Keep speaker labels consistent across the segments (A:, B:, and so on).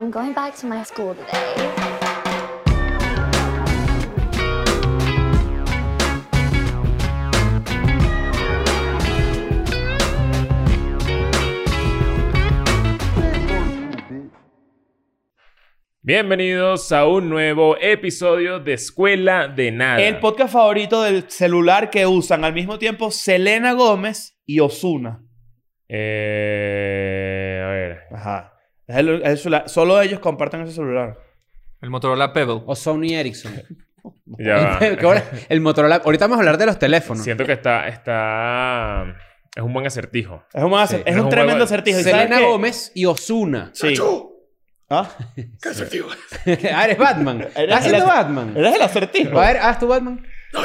A: I'm going back to my school today.
B: Bienvenidos a un nuevo episodio de Escuela de Nada.
C: El podcast favorito del celular que usan al mismo tiempo Selena Gómez y Osuna.
B: Eh, a ver.
C: Ajá. Es el- el celular- Solo ellos comparten ese celular.
D: El Motorola Pebble.
E: O Sony Ericsson.
B: Ya
C: Ah.
B: va.
E: Que ahora- el Motorola. Ahorita vamos a hablar de los teléfonos.
B: Siento que está, está. Es un buen acertijo.
C: Es un, acer-
E: Sí.
C: es
B: No,
C: un
B: huevo.
C: tremendo acertijo. ¿Y
E: Selena
C: sabes qué?
E: Gómez y Osuna.
C: Sí. ¿Ah?
E: ah, eres Batman.
C: Eres-
E: Estás haciendo
C: eres-
E: Batman.
C: Eres el acertijo.
E: A ver, haz tu Batman.
C: No,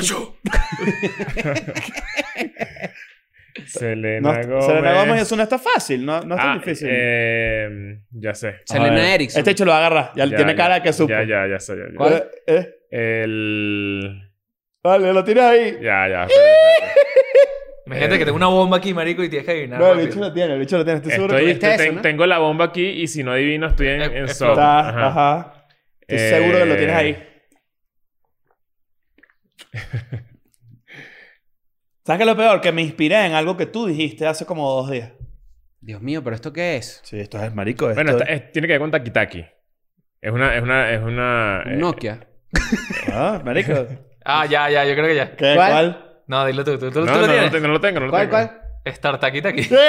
B: Selena Gómez.
C: Selena Gómez y Osuna está fácil. No, no es
B: Ah,
C: tan difícil.
B: eh, ya sé.
E: Selena
C: ver.
E: Erickson.
C: este hecho lo agarra. Ya,
B: Ya,
C: tiene
B: ya,
C: cara que supo.
B: Ya, ya, ya sé. ya, ya.
E: ¿Cuál?
C: Eh, eh,
B: El.
C: Vale, lo tira ahí.
B: Ya, ya. espérate,
E: Eh.
D: Imagínate que tengo una bomba aquí, marico, y tienes que adivinar.
C: No, el
D: rápido.
C: bicho lo tiene. El bicho lo tiene. Estoy seguro
B: espérate. Estoy,
C: que...
E: tuviste
B: estoy-
E: eso, ¿no?
B: Tengo la bomba aquí y si no adivino estoy en, en
D: Explota.
B: soft.
C: Eh, Está,
B: Ajá.
C: ajá. Estoy seguro que lo tienes
B: Eh,
C: ahí. ¿Sabes qué es lo peor? Que me inspiré en algo que tú dijiste hace como dos días.
E: Dios mío, ¿pero esto qué es?
C: Sí, esto es marico.
B: Bueno, está- es- tiene que ver con Takitaki. Es una, es una, es una.
E: Un
B: eh,
E: Nokia.
C: Ah, marico.
D: Ah, ya, ya, yo creo que ya.
C: ¿Qué?
E: ¿Cuál?
C: ¿Cuál?
D: No, dilo tú. ¿Tú, tú-
B: no, no,
D: tú lo
B: no, lo
D: tienes?
B: tengo, Eh, no lo tengo, no lo
E: ¿Cuál,
B: tengo.
E: cuál?
D: Star Taquita aquí.
E: Star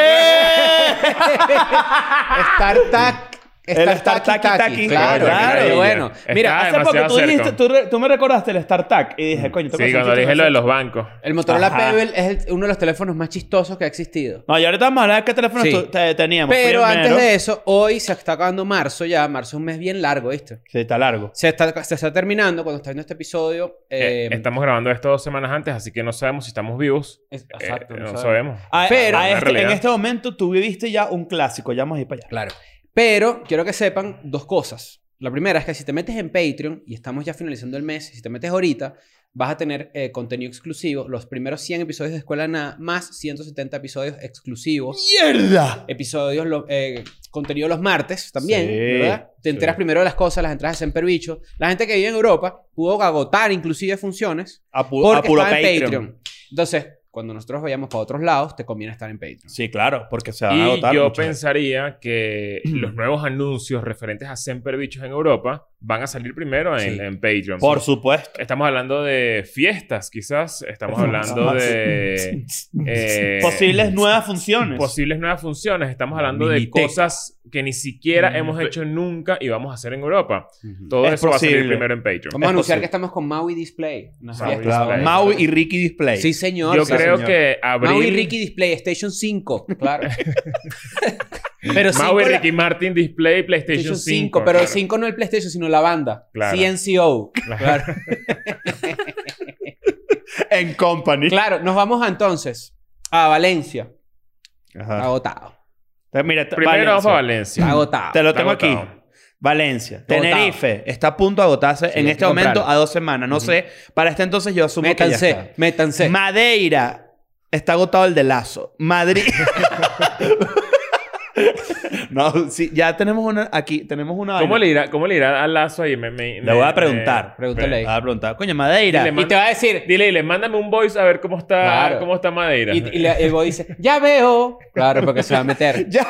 E: Tac.
C: El Star Taki Taki. Claro,
E: Claro, claro.
C: maravilla.
E: Bueno, mira,
B: Está
C: Hace poco tú,
B: demasiado
C: dijiste,
B: cerca.
C: tú, re- tú me recordaste el StarTac y Mm. dije, coño,
B: Sí,
C: tengo que hacer
B: cuando
C: un chiste
B: dije
C: con
B: lo de
C: eso.
B: los bancos.
E: el Motorola
C: Ajá.
E: Pebble es el- uno de los teléfonos más chistosos que ha existido.
C: No, y ahorita vamos a hablar de qué teléfono
E: Sí.
C: tú- te- teníamos.
E: Pero antes
C: primero.
E: de eso, hoy se está acabando marzo ya. Marzo es un mes bien largo, ¿viste?
C: Sí, está largo.
E: Se está, se está terminando cuando está viendo este episodio.
B: Eh,
E: eh,
B: estamos grabando esto dos semanas antes, así que no sabemos si estamos vivos.
E: es-
B: Eh,
E: exacto,
B: no
E: sabemos.
B: sabemos.
C: A-
E: Pero-
C: a
B: En
C: este-
B: realidad.
C: en este momento tú viviste ya un clásico. Ya vamos a ir para allá.
E: Claro. Pero quiero que sepan dos cosas. La primera es que si te metes en Patreon, y estamos ya finalizando el mes, si te metes ahorita, vas a tener eh, contenido exclusivo, los primeros 100 episodios de Escuela de Nada, más 170 episodios exclusivos,
C: ¡Mierda!
E: episodios, lo- eh, contenido los martes también,
C: Sí,
E: ¿verdad?
C: sí.
E: Te enteras primero de las cosas, las entradas en Perbicho. La gente que vive en Europa pudo agotar inclusive funciones
C: A, pu- a
E: porque
C: puro
E: estaba
C: Patreon.
E: en Patreon. Entonces, cuando nosotros vayamos para otros lados, te conviene estar en Patreon.
C: Sí, claro, porque Ah, se van a
B: Y
C: agotar.
B: yo
C: muchas veces.
B: pensaría que los nuevos anuncios referentes a Semper Bichos en Europa van a salir primero en,
E: Sí.
B: en Patreon.
C: Por supuesto.
B: Estamos hablando de fiestas, quizás. Estamos hablando de eh,
C: Posibles nuevas funciones.
B: posibles nuevas funciones. Estamos hablando
C: Miniteca.
B: de cosas que ni siquiera hemos hecho nunca y vamos a hacer en Europa. Todo
C: Mm, Es
B: eso va a salir
C: posible.
B: primero en Patreon.
E: Vamos a
C: Es
E: anunciar
C: posible.
E: que estamos con Maui Display. Una
B: Maui
E: fiesta.
B: Display.
C: Claro. Maui y Ricky Display.
E: Sí, señor.
B: Yo
E: sí,
B: creo
E: señor.
B: que abril...
E: Maui Ricky Display, Station 5, claro. pero cinco
B: Maui
E: la-
B: Ricky Martin Display PlayStation 5.
E: PlayStation 5, pero
B: claro.
E: 5 no el PlayStation, sino la banda.
B: Claro.
E: CNCO.
B: Claro.
E: Claro.
C: En Company.
E: Claro, nos vamos a, entonces a Valencia.
C: Ajá.
E: Agotado.
C: Entonces, Mira, t-
B: Primero vamos a
C: Valencia.
B: Valencia.
E: Agotado.
C: Te lo
B: Está
C: tengo aquí.
B: agotado.
C: Valencia.
E: Agotado.
C: Tenerife. Está a punto de agotarse en
E: hay
C: este
E: que comprarlo.
C: momento a dos semanas. No sé. Para este entonces yo asumo que ya
E: Métanse,
C: está.
E: métanse.
C: Madeira. Está agotado el de Lazo. Madrid. no, sí, ya tenemos una aquí. Tenemos una.
B: ¿Cómo
C: vaina.
B: le irá, cómo le irá al lazo ahí? Me, me-
C: Le
B: me-
C: voy a
B: me-
C: preguntar.
E: Pregúntale ahí.
C: Ah, preguntar. Coño, Madeira.
B: Dile,
E: Y te va a decir.
B: Dile, dile, mándame un voice a ver cómo está,
E: Claro.
B: cómo está Madeira.
E: Y, y le- el boy dice, ya veo. Claro, porque se va a meter.
C: Ya.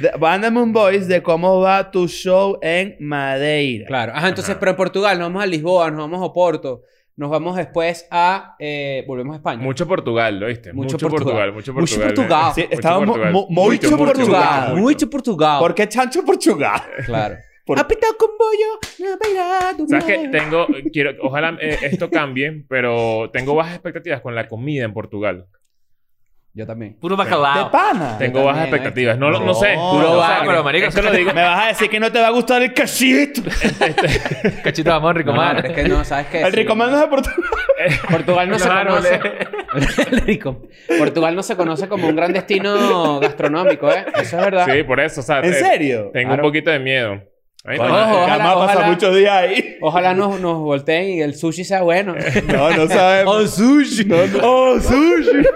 C: De- Mándame un voice de cómo va tu show en Madeira.
E: Claro. Ajá, entonces,
B: Ajá.
E: pero en Portugal, nos vamos a Lisboa, nos vamos a Oporto, nos vamos después a. eh, volvemos a España.
B: Mucho Portugal, ¿lo viste?
E: Mucho Portugal.
B: mucho
E: Mucho
B: Portugal.
E: Portugal.
C: Sí, estábamos mu- mucho Portugal.
E: Portugal. Mucho Portugal.
C: ¿Por qué chancho Portugal?
E: Claro.
C: Por-
E: Apitado con bollo, na bailado,
B: ¿Sabes qué?
E: na.
B: Tengo, quiero, ojalá eh, esto cambie, pero tengo bajas expectativas con la comida en Portugal.
E: Yo también.
D: Puro
C: De
D: bacalao.
C: pana.
B: Tengo
E: también,
B: bajas expectativas. No, lo- no sé.
C: No.
B: Puro
C: No,
B: bajas.
D: pero, marico,
B: Esto lo digo.
C: Me vas a decir que no te va a gustar el cachito.
D: Cachito de amor, rico
E: No,
D: madre.
E: pero es que no, ¿sabes qué?
C: El
E: Sí.
C: ricomando es de Portugal.
E: Portugal no se
D: Los
E: conoce.
D: árboles.
E: El rico. Portugal no se conoce como un gran destino gastronómico, ¿eh? Eso es verdad.
B: Sí, por eso. O sea,
C: ¿En
B: eh,
C: serio?
B: Tengo
E: Claro.
B: un poquito de miedo. Ay, no,
C: Coño, Ah,
B: no,
E: ojalá,
C: calma, pasa
E: ojalá.
C: muchos días ahí.
E: Ojalá nos, nos volteen y el sushi sea bueno.
C: No, no sabemos.
E: Oh, sushi.
C: No, no. Oh, sushi.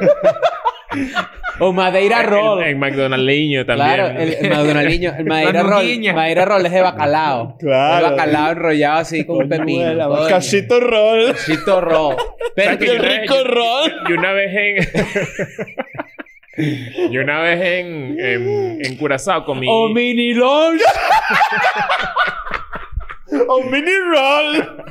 E: O Madeira Roll.
B: En, en McDonald's también.
E: Claro, el, el madonaliño, el Madeira
D: La
E: Roll.
D: nuguiña.
E: Madeira Roll es de bacalao.
C: Claro.
E: Es bacalao enrollado así con un pepino.
C: Manuela,
E: coño.
C: Cachito roll.
E: Cachito roll. Pero
B: que
E: que-
B: yo-
C: rico roll.
B: Y una vez en. y una vez en, en, en Curazao comí.
E: O mini lunch.
C: O mini roll.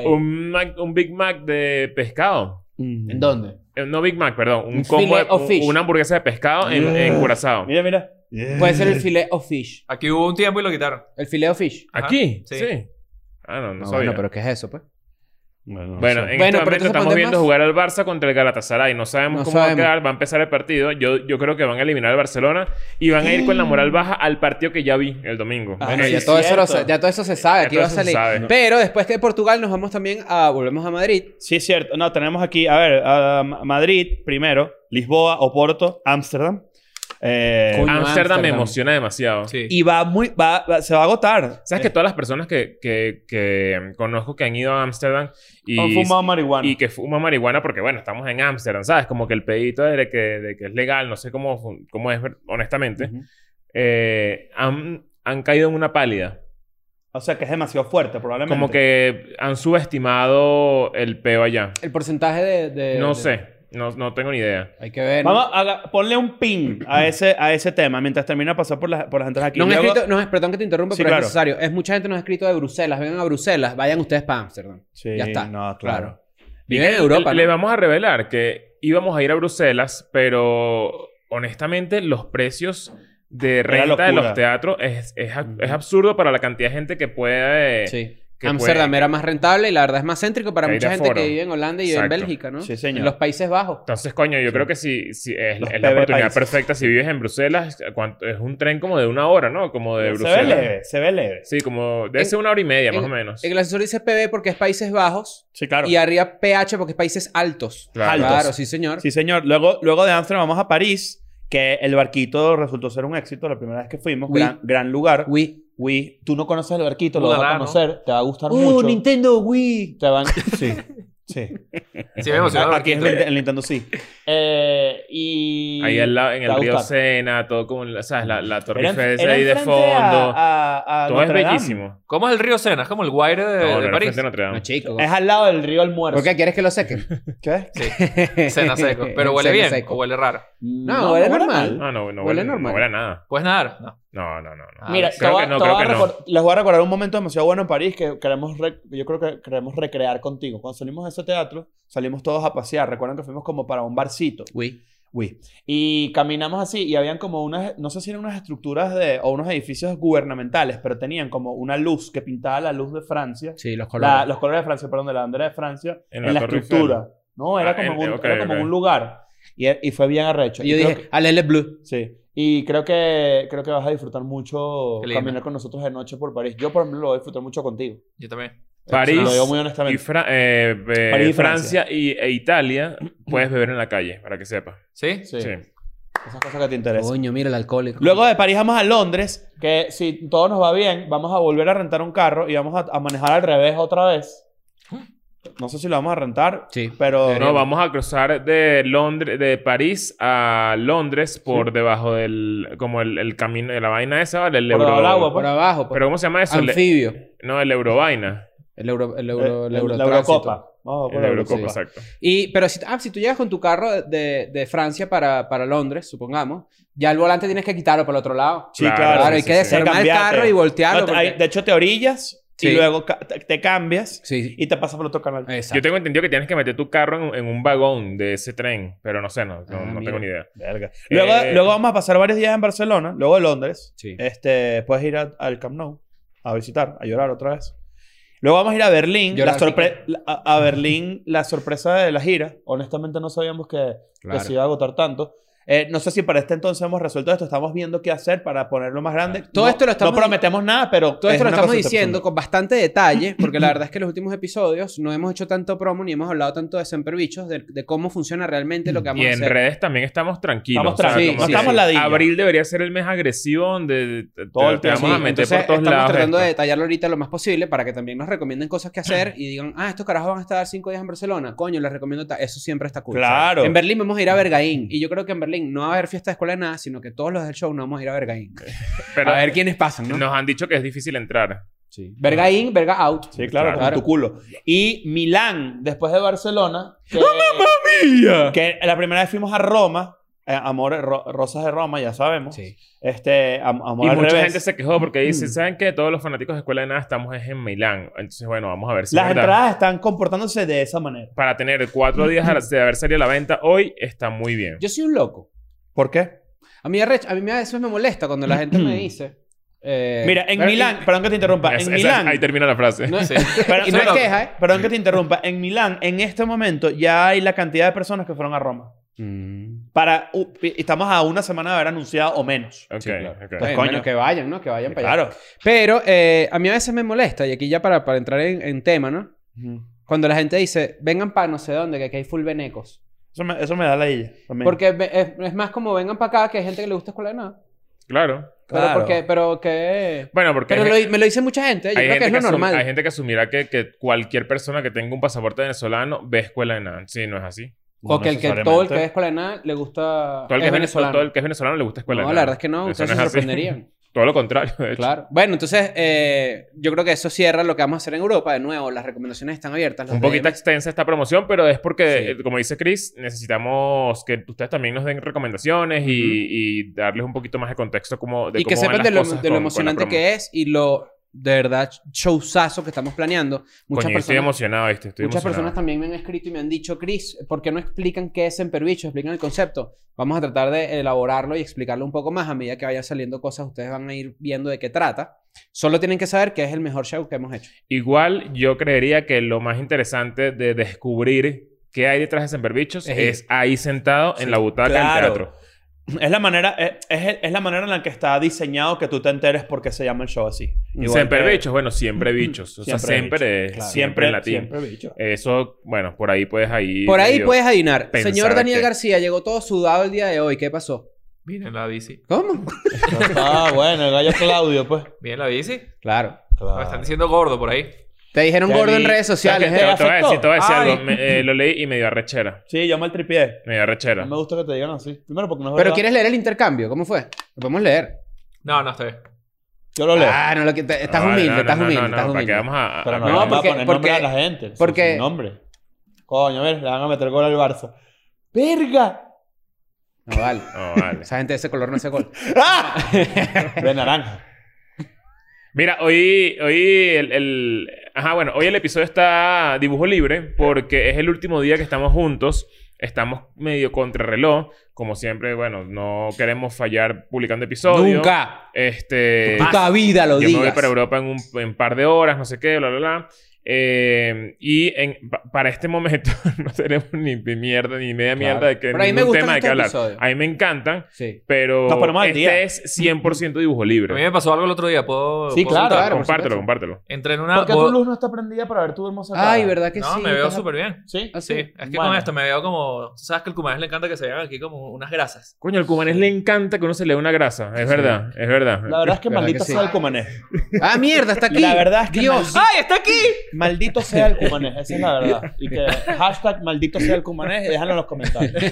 B: un, Mac- un Big Mac de pescado.
E: ¿En
C: Mm.
E: dónde?
B: Eh, No Big Mac, perdón. Un
E: Un
B: combo de,
E: fillet of
B: un-
E: fish.
B: una hamburguesa de pescado en,
C: Mm.
B: en Curazao.
C: Mira, mira.
E: Puede ser el filet o fish.
D: Aquí hubo un tiempo y lo quitaron.
E: El filet o fish.
D: Ajá,
B: ¿Aquí? Sí.
D: sí.
B: Ah, no, no,
E: No,
B: sabía.
E: bueno,
B: Bueno,
E: pero ¿qué es eso, pues?
C: Bueno,
B: en
E: Bueno,
B: este
E: pero
B: momento
E: entonces,
B: estamos
E: ¿dónde
B: viendo
E: más?
B: jugar al Barça contra el Galatasaray. No sabemos
E: No
B: cómo va
E: sabemos.
B: a quedar. Va a empezar el partido. Yo, yo creo que van a eliminar al Barcelona y van a ir con la moral baja al partido que ya vi el domingo.
E: Ah,
B: Bueno,
E: no,
C: sí
E: ya,
C: es
E: todo eso lo
C: cierto.
E: sa- ya todo eso se sabe.
B: Ya
E: Aquí
B: todo
E: va a
B: eso se
E: salir.
B: sabe.
E: Pero después de Portugal nos vamos también a... Volvemos a Madrid.
C: Sí, es cierto. No, tenemos aquí, a ver, a Ma- Madrid primero, Lisboa, Oporto, Ámsterdam. Eh,
E: Coño,
B: Ámsterdam me
E: Ámsterdam.
B: emociona demasiado.
D: Sí.
C: y va muy, va, va- se va a agotar.
B: ¿Sabes que todas las personas que, que, que conozco que han ido a Ámsterdam y,
C: Han fumado marihuana.
B: y que fuman marihuana porque, bueno, estamos en Ámsterdam, ¿sabes? Como que el pedito de que, de que es legal, no sé cómo, fun- cómo es, ver- honestamente.
C: Ujú.
B: eh, han, han caído en una pálida.
C: O sea que es demasiado fuerte, probablemente.
B: Como que han subestimado el peo allá.
E: El porcentaje de... Eh, de-
B: No
E: de-
B: sé, no, no tengo ni idea.
E: Hay que ver. ¿no?
C: Vamos a haga- ponle un pin a ese, a ese tema mientras termina de pasar por las, por las entradas aquí.
E: No han
C: Luego-
E: escrito, no, perdón que te interrumpa,
C: Sí,
E: pero
C: claro.
E: es necesario. Es mucha gente nos ha escrito de Bruselas. Vengan a Bruselas, vayan ustedes para Ámsterdam.
C: Sí,
E: ya está.
C: No, claro.
E: Claro. Viven en Europa.
B: Le
E: ¿no?
B: vamos a revelar que íbamos a ir a Bruselas, pero honestamente los precios de
C: Era
B: renta de
C: locura.
B: los teatros es, es, ab- es absurdo para la cantidad de gente que puede...
E: Sí.
B: que
E: Amsterdam
B: puede-
E: era más rentable y la verdad es más céntrico para
B: Que ir
E: mucha
B: a
E: gente
B: foro.
E: que vive en Holanda y vive en
B: Exacto.
E: Bélgica, ¿no?
C: Sí, señor.
E: En los Países Bajos.
B: Entonces, coño, yo creo que si, si es,
C: Los
B: es la
C: PB
B: oportunidad
C: países.
B: perfecta. Si vives en Bruselas, ¿cuánto? es un tren como de una hora, ¿no? Como de
C: se ve
B: Bruselas.
C: leve, se ve leve.
B: Sí, como debe
E: En-
B: ser una hora y media, más
E: en-
B: o menos.
E: En el asesor dice PB porque es Países Bajos
C: Sí, claro.
E: y arriba PH porque es Países Altos.
B: Claro.
C: Altos.
E: Claro, sí, señor.
C: Sí, señor. Luego, luego de Ámsterdam vamos a París, que el barquito resultó ser un éxito la primera vez que fuimos.
E: Oui.
C: Gran, gran lugar.
E: Wii.
C: Wii. Tú no conoces el barquito, lo vas a
D: Mudará, ¿no?
C: conocer. Te va a gustar mucho.
E: ¡Uh, Nintendo Wii!
C: Te van... Sí. Sí.
D: Sí, me emocionó.
C: Aquí es el, el Nintendo sí. Eh, y...
B: Ahí al lado, en
C: Te va
B: el
C: a
B: río
C: gustar.
B: Sena, todo como, la- ¿sabes? La, la Torre
C: Era en-
B: Eiffel esa
C: era
B: ahí de
C: enfrente
B: fondo.
C: a- a- a
B: todo es
C: Notre Dame.
B: bellísimo.
D: ¿Cómo es el río Sena? Es como el Guaire Eh, de,
B: no, no,
D: de
B: era
D: París.
B: enfrente de Notre Dame.
E: No, chico.
C: Es al lado del río Almuerzo.
E: ¿Por qué quieres que lo sequen?
C: ¿Qué?
D: Sena seco. Pero huele
E: Sena
D: bien
E: seco.
D: o huele raro.
E: No, huele normal.
B: Ah, no, no
E: Huele
B: huele, normal.
E: normal.
B: No huele a nada.
D: ¿Puedes nadar? No.
B: No, no, no. no.
D: Ah,
C: Mira,
D: creo
C: te voy a-
B: que no,
C: te
B: creo
C: voy a
B: que no.
C: recor- les voy a recordar un momento demasiado bueno en París que queremos re- yo creo que queremos recrear contigo. Cuando salimos de ese teatro, salimos todos a pasear. Recuerdan que fuimos como para un barcito.
E: Wii.
C: Uy. Y caminamos así y habían como unas, no sé si eran unas estructuras de, o unos edificios gubernamentales, pero tenían como una luz que pintaba la luz de Francia.
E: Sí, los colores.
C: La- los colores de Francia, perdón, de la bandera de Francia
B: En
C: en,
B: la
C: la,
B: Torre
C: estructura.
B: Eiffel.
C: No, era
B: Ah,
C: como,
B: en-
C: un,
B: ok,
C: era como
B: ok.
C: un lugar. Y, e, y fue bien arrecho.
E: Y yo
C: creo
E: dije, Alele Blue.
C: que- sí. Y creo que, creo que vas a disfrutar mucho
D: Qué lindo.
C: caminar con nosotros de noche por París. Yo, por ejemplo, lo voy a disfrutar mucho contigo.
D: Yo también.
B: París,
C: Se lo digo muy
B: y
C: honestamente.
B: Fra- eh, eh,
C: París y
B: Francia, y, e Italia puedes beber en la calle, para que sepas.
D: ¿Sí?
C: Sí.
B: Sí.
C: Esas cosas que te interesan.
E: Coño, mira el alcohólico.
C: Luego de París vamos a Londres, que si todo nos va bien, vamos a volver a rentar un carro y vamos a, a manejar al revés otra vez. No sé si lo vamos a rentar,
E: Sí.
C: pero... eh,
B: No, vamos a cruzar de Londres, de París a Londres por debajo del, como el, el camino de la vaina esa, ¿vale? El
C: Por
B: euro.
C: debajo del agua, pues.
E: Por abajo. pues.
B: Pero ¿cómo se llama eso? El-
E: Anfibio.
B: no, el eurovaina.
E: El euro, el
C: eh,
E: euro, el
C: la-
E: euro
C: la Eurocopa. Vamos por
B: El
C: la
B: eurocopa,
C: Eurocopa.
B: exacto.
E: Y, pero si, ah, si tú llegas con tu carro de, de Francia para, para Londres, supongamos, ya el volante tienes que quitarlo para el otro lado.
C: Sí,
B: Claro,
C: claro.
E: Claro,
B: sí,
E: hay
B: sí,
E: que
B: sí.
E: desarmar el
C: Cambiarte.
E: carro y voltearlo.
C: No, te- hay-
E: Ah, porque-
C: de hecho, te orillas y
E: Sí.
C: luego ca- te, te cambias
E: Sí,
C: y te pasas por otro canal.
E: exacto.
B: Yo tengo entendido que tienes que meter tu carro en, un- en un vagón de ese tren, pero no sé, no, no,
E: Ah,
B: no
E: mira.
B: tengo ni idea.
C: Verga. Luego,
B: Eh,
C: luego vamos a pasar varios días en Barcelona, luego de Londres.
E: Sí.
C: Este, puedes ir a- al Camp Nou a visitar, a llorar otra vez. Luego vamos a ir a Berlín, la
E: Llorar,
C: sorpre- la- a, a Berlín la sorpresa de la gira. Honestamente no sabíamos que, que
E: Claro.
C: se iba a agotar tanto. Eh, no sé si para este entonces hemos resuelto esto. Estamos viendo qué hacer para ponerlo más grande.
E: Todo
C: No-
E: esto lo estamos-
C: No prometemos nada, pero.
E: Todo
C: es
E: esto lo
C: una
E: estamos
C: concepción.
E: diciendo con bastante detalle, porque la verdad es que en los últimos episodios no hemos hecho tanto promo ni hemos hablado tanto de Semperbichos, de, de cómo funciona realmente lo que vamos
B: Y
E: a
B: en
E: hacer.
B: redes también estamos tranquilos.
C: Estamos
B: o sea,
C: tranquilos.
B: como
E: Sí,
B: que
E: no estamos
C: ladillos.
B: Abril debería ser el mes agresivo donde te-
C: Todo
B: te,
C: el
B: te
C: tiempo.
B: vamos a
E: Sí,
B: meter
E: entonces
B: por todos
E: estamos
B: lados.
E: tratando de
B: esto.
E: detallarlo ahorita lo más posible para que también nos recomienden cosas que hacer y digan, ah, estos carajos van a estar cinco días en Barcelona. Coño, les recomiendo. ta-". Eso siempre está cool.
C: Claro.
E: En Berlín vamos a ir a Bergaín. Y yo creo que en Berlín no va a haber fiesta de escuela de nada, sino que todos los del show no vamos a ir a Bergaín.
B: Pero
E: a ver quiénes pasan, ¿no?
B: nos han dicho que es difícil entrar.
E: Sí. Verga in, verga out.
C: Sí, claro,
B: Claro.
C: con tu culo. Y Milán, después de Barcelona. Que, que la primera vez fuimos a Roma. eh, amor, Ro- Rosas de Roma, ya sabemos.
E: Sí.
C: Este, am- Amor
B: Y
C: al
B: mucha
C: revés.
B: gente se quejó porque
E: Mm.
B: dice, ¿saben qué? Todos los fanáticos de Escuela de Nada estamos es en Milán. Entonces, bueno, vamos a ver si es
C: Las
B: verdad.
C: entradas están comportándose de esa manera.
B: Para tener cuatro días a la- de haber salido a la venta hoy está muy bien.
E: Yo soy un loco.
C: ¿Por qué?
E: A mí, arrecho- a mí me- a veces me molesta cuando la gente me dice. eh,
C: Mira, en
E: pero-
C: Milán, perdón que te interrumpa,
B: Es-
C: en
B: es-
C: Milán,
B: ahí termina la frase.
E: No,
D: Sí.
C: pero-
E: y no es
D: Pero-
E: queja, ¿eh?
C: perdón que te interrumpa, en Milán, en este momento ya hay la cantidad de personas que fueron a Roma. Para, u- y- estamos a una semana de haber anunciado o menos.
B: Ok,
E: Sí, claro.
B: ok.
E: Está
C: Pues,
E: bien,
C: coño.
E: bueno, que vayan, ¿no? Que vayan para allá.
C: Claro.
E: Pero eh, a mí a veces me molesta, y aquí ya para, para entrar en, en tema, ¿no? Cuando la gente dice, vengan para no sé dónde, que aquí hay full venecos.
C: Eso me, eso me da la illa. también.
E: Porque ve- es, es más como vengan para acá que hay gente que le gusta escuela de nada.
B: Claro.
E: Pero
C: Claro.
E: porque, pero que.
B: Bueno, porque
E: Pero
B: hay-
E: lo- me lo dice mucha gente, yo
B: hay,
E: creo que
B: gente
E: es lo
B: asum-
E: normal.
B: hay gente que asumirá que, que cualquier persona que tenga un pasaporte venezolano ve Escuela de Nada. Sí, no es así.
E: O
C: No
E: que el que todo el
C: necesariamente.
E: que ve escuela de nada le gusta.
B: Todo el, que es venezolano.
E: venezolano.
B: todo el que es venezolano le gusta Escuela
E: no,
B: de
E: la
B: Nada.
E: verdad es que no,
B: Eso
E: ustedes
B: no
E: se
B: es así.
E: sorprenderían.
B: Todo lo contrario, de hecho.
E: Claro. Bueno, entonces eh, yo creo que eso cierra lo que vamos a hacer en Europa. De nuevo, las recomendaciones están abiertas. los
B: Un poquito
E: DMs.
B: extensa esta promoción, pero es porque,
E: Sí.
B: eh, como dice Chris, necesitamos que ustedes también nos den recomendaciones y, y darles un poquito más de contexto como, de
E: y que
B: cómo van
E: sepan
B: las
E: de lo,
B: cosas con-
E: de lo
B: con la
E: emocionante
B: promo.
E: que es y lo de verdad showzazo que estamos planeando. Muchas
B: Coño, yo Estoy
E: personas.
B: emocionado, ¿viste? Estoy
E: Muchas
B: emocionado.
E: personas también me han escrito y me han dicho, Chris, ¿por qué no explican qué es Semperbicho? Explican el concepto. Vamos a tratar de elaborarlo y explicarlo un poco más a medida que vayan saliendo cosas. Ustedes van a ir viendo de qué trata. Solo tienen que saber que es el mejor show que hemos hecho.
B: Igual, yo creería que lo más interesante de descubrir qué hay detrás de Semperbichos
E: Es
B: es,
E: ir.
B: ahí sentado en la butaca del
C: claro.
B: teatro.
C: Es la, manera, eh, es, es- es la manera en la que está diseñado que tú te enteres por qué se llama el show así. Igual que-
B: Semperbichos, bueno, siempre bichos. O sea,
C: Siempre
B: siempre, es-
E: Claro.
B: siempre, en latín.
C: siempre bicho.
B: Eso, bueno, por ahí puedes ahí.
E: Por ahí
B: medio-
E: puedes adivinar.
B: pensar
E: Señor Daniel
B: que-
E: García llegó todo sudado el día de hoy. ¿Qué pasó?
D: Viene en la bici.
E: ¿Cómo?
C: Ah, bueno, el gallo Claudio, pues.
D: Viene en la bici.
E: Claro.
B: Ah.
D: Me están diciendo gordo por ahí.
E: Te dijeron
C: Te
E: gordo en
C: vi-
E: redes sociales.
C: te-
E: ¿eh?
B: Te, te voy a decir, te voy a decir
D: Ay.
B: algo. Me- eh, lo leí y me dio arrechera.
C: Sí, yo me tripié.
B: Me dio arrechera.
C: No me gusta que te digan así. Primero porque no es
E: Pero
C: verdad.
E: ¿quieres leer el intercambio? ¿Cómo fue? Lo podemos leer.
D: No, no, está bien.
C: Yo lo leo.
E: Ah, no, lo que te- estás
B: No,
E: humilde,
B: no, no,
E: estás
B: no,
E: humilde,
B: no,
E: estás
B: no, ¿para qué
E: humilde.
B: vamos a- a-
C: Pero no,
E: No,
C: le van
E: porque-
C: a poner nombre
E: porque-
C: a la gente.
E: porque-
C: Sin nombre. Coño, a ver, le van a meter gol al Barça. ¡Verga!
E: No, vale.
B: No, vale.
E: Esa gente de ese color no hace gol.
C: ¡Ah! De naranja.
B: Mira, hoy, hoy el, el- Ajá, bueno, hoy el episodio está dibujo libre porque es el último día que estamos juntos. Estamos medio contrarreloj. Como siempre, bueno, no queremos fallar publicando episodios.
E: Nunca.
B: Este.
E: Puta vida lo
B: yo me voy
E: digas.
B: para Europa en un en par de horas, no sé qué, bla, bla, bla. Eh, y en- pa- para este momento no tenemos ni ni mierda, ni media mierda de que
E: Pero a mí me
B: ningún
E: gustan
B: tema de qué
E: estos
B: hablar.
E: episodios.
B: A mí me encantan,
E: Sí.
B: pero
C: Nos ponemos al
B: este
C: día.
B: es 100% dibujo
D: A mí
B: libre.
D: me pasó algo el otro día. ¿Puedo,
E: Sí,
D: puedo
E: claro.
D: contar?
E: por
B: compártelo,
E: supuesto.
B: compártelo.
D: Entré en una...
C: ¿Por qué
D: bo-
C: tu luz no está prendida para ver tu hermosa cara?
E: Ah, Ay, ¿verdad Ah, que
D: no,
E: sí?
D: me veo
E: Estás-
D: súper bien.
C: ¿Sí?
D: Ah, Sí, es que
C: Bueno.
D: con esto me veo como... tú ¿Sabes que al cumanés le encanta que se vean aquí como unas grasas?
B: Coño, al cubanés le encanta que uno se le dé una grasa. Es verdad, es verdad.
C: La verdad es que
E: ¿Verdad
C: maldito
E: que sí?
C: sea el cumanés.
E: Ah, mierda, está aquí.
C: La verdad es que
E: Dios.
C: maldito-
D: ¡Ay, está aquí!
C: Maldito sea el cumanés. Esa es la verdad. Y que hashtag maldito sea el cumanés y déjalo en los comentarios.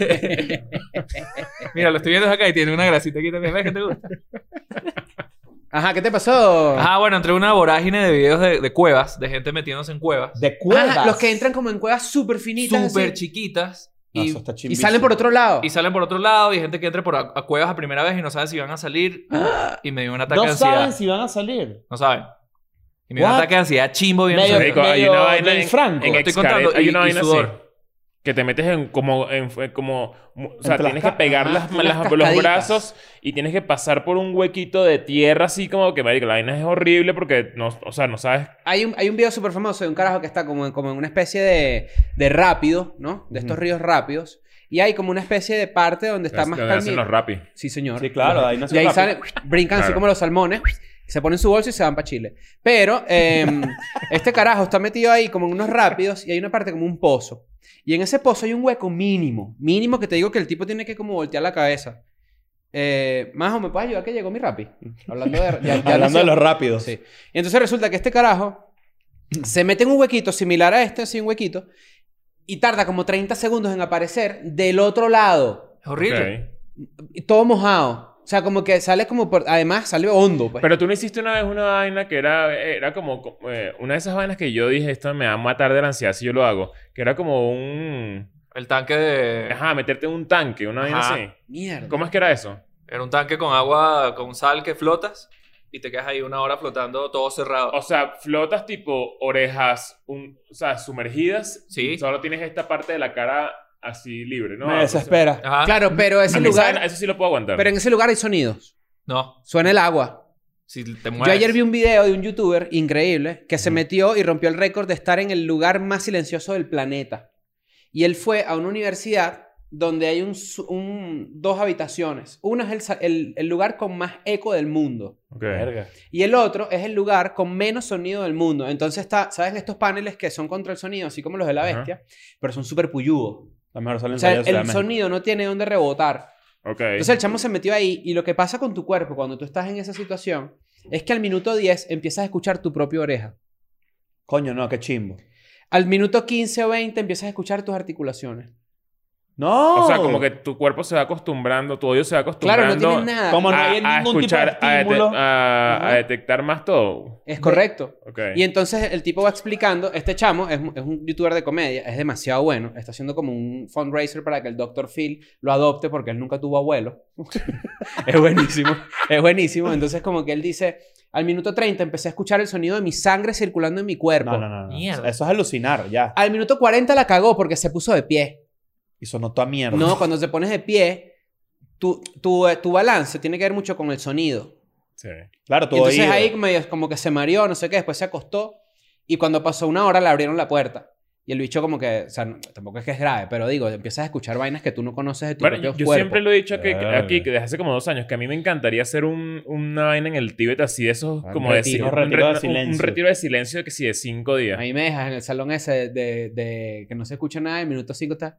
D: Mira, lo estoy viendo desde acá y tiene una grasita aquí también. ¿Ves que te gusta?
E: Ajá, ¿qué te pasó?
D: Ah, bueno, entré en una vorágine de videos de, de cuevas, de gente metiéndose en cuevas.
C: De cuerdas.
E: Ah, los que entran como en cuevas súper finitas.
D: Súper
E: así,
D: chiquitas.
C: No,
D: Y,
C: eso está
E: Y
C: chimbísimo.
E: salen por otro lado.
D: y salen por otro lado y hay gente que entra por a, a cuevas a primera vez y no sabe si van a salir. Y me dio un ataque de
C: No
D: ansiedad.
C: saben si van a salir.
D: No saben. Y me dio un
C: What?
D: ataque de ansiedad chimbo bien
C: Medio-
D: rico.
B: Marico, hay una
C: medio
B: vaina
C: James
B: en,
C: Franco.
B: en
D: Estoy
B: Xcaret,
D: contando,
B: hay
D: y-
B: una
D: y
B: vaina así,
D: sudor.
B: que te metes en como en fue- como o sea,
C: Entre las
B: tienes que
C: ca-
B: pegar
E: ajá,
B: las,
E: unas
B: las- los
E: cascaditas.
B: brazos y tienes que pasar por un huequito de tierra así como que marico, la vaina es horrible porque no, o sea, no sabes.
E: Hay un, hay un video súper famoso de un carajo que está como en, como en una especie de, de rápido, ¿no? De estos ríos rápidos. Y hay como una especie de parte donde está más
B: Donde hacen los
E: calmito.
B: rapi.
E: Sí, señor.
C: Sí, claro, ahí
E: Y
C: nació
E: ahí
C: Rappi.
E: salen, brincan así
B: Claro.
E: como los salmones, se ponen su bolso y se van para Chile. Pero eh, este carajo está metido ahí como en unos rápidos y hay una parte como un pozo. Y en ese pozo hay un hueco mínimo, mínimo que te digo que el tipo tiene que como voltear la cabeza. Eh, Majo, ¿me puedes ayudar que llegó mi rapi? Hablando de, ya- ya
C: Hablando de
E: nació.
C: los rápidos.
E: Sí. Y entonces resulta que este carajo se mete en un huequito similar a este, así un huequito, y tarda como 30 segundos en aparecer del otro lado.
D: Es horrible.
B: Ok.
E: Y todo mojado. O sea, como que sale como por... Además, sale hondo, pues.
B: Pero tú no hiciste una vez una vaina que era, era como co- eh, una de esas vainas que yo dije, esto me va a matar de la ansiedad si yo lo hago. Que era como un...
D: El tanque de...
B: Ajá, meterte en un tanque, una vaina
D: Ajá.
B: así.
E: Mierda.
B: ¿Cómo es que era eso?
D: Era un tanque con agua, con sal que flotas y te quedas ahí una hora flotando todo cerrado.
B: O sea, flotas tipo orejas, un- o sea, sumergidas.
D: Sí.
B: Solo tienes esta parte de la cara así libre, ¿no?
C: Me desespera.
D: Ajá.
E: Claro, pero ese
B: A mí esa-
E: lugar...
B: eso sí lo puedo aguantar.
E: Pero en ese lugar hay sonidos.
D: No,
E: Suena el agua.
D: si te
E: Yo
D: mueres.
E: ayer vi un video de un youtuber increíble que se
B: Ujú.
E: metió y rompió el récord de estar en el lugar más silencioso del planeta. Y él fue a una universidad donde hay un, su- un- dos habitaciones. Una es el sa- el- el lugar con más eco del mundo.
B: Ok.
C: Verga.
E: Y el otro es el lugar con menos sonido del mundo. Entonces está, ¿sabes? Estos paneles que son contra el sonido, así como los de la
B: Ajá.
E: bestia, pero son súper puyudos.
C: La mejor sale
E: O
C: en
E: sea,
C: Ciudad de
E: el
C: México.
E: sonido no tiene dónde rebotar.
B: Ok.
E: Entonces el chamo se metió ahí y lo que pasa con tu cuerpo cuando tú estás en esa situación es que al minuto 10 empiezas a escuchar tu propia oreja.
C: Coño, no, qué chimbo.
E: Al minuto 15 o 20 empiezas a escuchar tus articulaciones.
C: No.
B: O sea, como que tu cuerpo se va acostumbrando, tu odio se va
E: Claro,
B: acostumbrando.
E: no tienes nada.
C: Como no
B: a,
C: hay
B: a
C: ningún tipo de
B: escuchar, a, dete-
C: estímulo.
B: a- a
C: Ajá.
B: detectar más todo.
E: Es correcto.
B: Ok.
E: Y entonces el tipo va explicando, este chamo es, es un youtuber de comedia, es demasiado bueno, está haciendo como un fundraiser para que el Dr. Phil lo adopte porque él nunca tuvo abuelo. es buenísimo, es buenísimo. Entonces como que él dice, al minuto 30 empecé a escuchar el sonido de mi sangre circulando en mi cuerpo.
C: No, no, no. no.
D: Mierda.
C: Eso es alucinar, ya.
E: Al minuto 40 la cagó porque se puso de pie.
C: Y sonó toda mierda.
E: No, cuando se pones de pie, tu, tu, eh, tu balance tiene que ver mucho con el sonido.
B: Sí.
C: Claro,
E: Y
C: todo
E: entonces
C: oído.
E: ahí medio como que se mareó, no sé qué, después se acostó y cuando pasó una hora le abrieron la puerta. Y el bicho como que, o sea, no- tampoco es que es grave, pero digo, empiezas a escuchar vainas que tú no conoces de tu
B: Bueno,
E: propio
B: yo
E: cuerpo.
B: siempre lo he dicho que,
C: Verga.
B: aquí, que desde hace como dos años, que a mí me encantaría hacer un, una vaina en el Tíbet así de esos,
E: Un
B: como de
E: retiro.
B: si-
C: Un retiro
B: re-
C: de
B: un- Un
C: silencio.
B: retiro de silencio de que sí, de cinco días.
E: A mí me dejas en el salón ese de, de- de que no se escucha nada y minuto 5 está...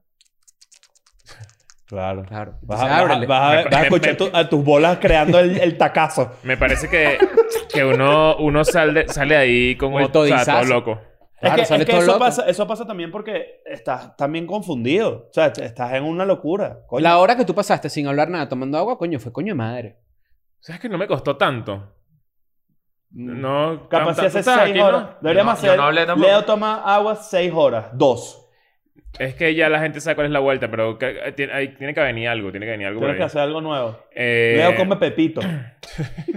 C: Claro.
E: Claro.
C: Vas a, vas,
E: Entonces,
C: a-
E: ábrele.
C: vas a-
B: Me-
C: vas a
B: me-
C: escuchar
B: me-
C: tu- a tus bolas creando el, el tacazo.
B: Me parece que, que uno, uno sale, sale ahí con
E: Como
B: otro, o sea,
E: todizazo.
B: todo loco.
E: Claro,
C: es que,
E: sale
C: es que
E: todo
C: eso,
E: loco.
C: pasa, eso pasa también porque estás también confundido. O sea, te- estás en una locura. Coño.
E: La hora que tú pasaste sin hablar nada tomando agua, coño, fue coño de madre.
B: ¿Sabes que no me costó tanto? No,
C: Mm, Capaz
B: tanta-
C: si hace
B: tú estás
C: seis
B: aquí, ¿no?
C: horas. Deberíamos
D: Yo no- yo
C: hacer.
D: no hablé tampoco.
C: Leo toma agua seis horas. Dos.
B: Es que ya la gente sabe cuál es la vuelta, pero que- tiene, ahí tiene que venir algo, tiene que venir algo por
C: Tienes que
B: ahí.
C: hacer algo nuevo.
B: Eh,
C: Leo come pepito.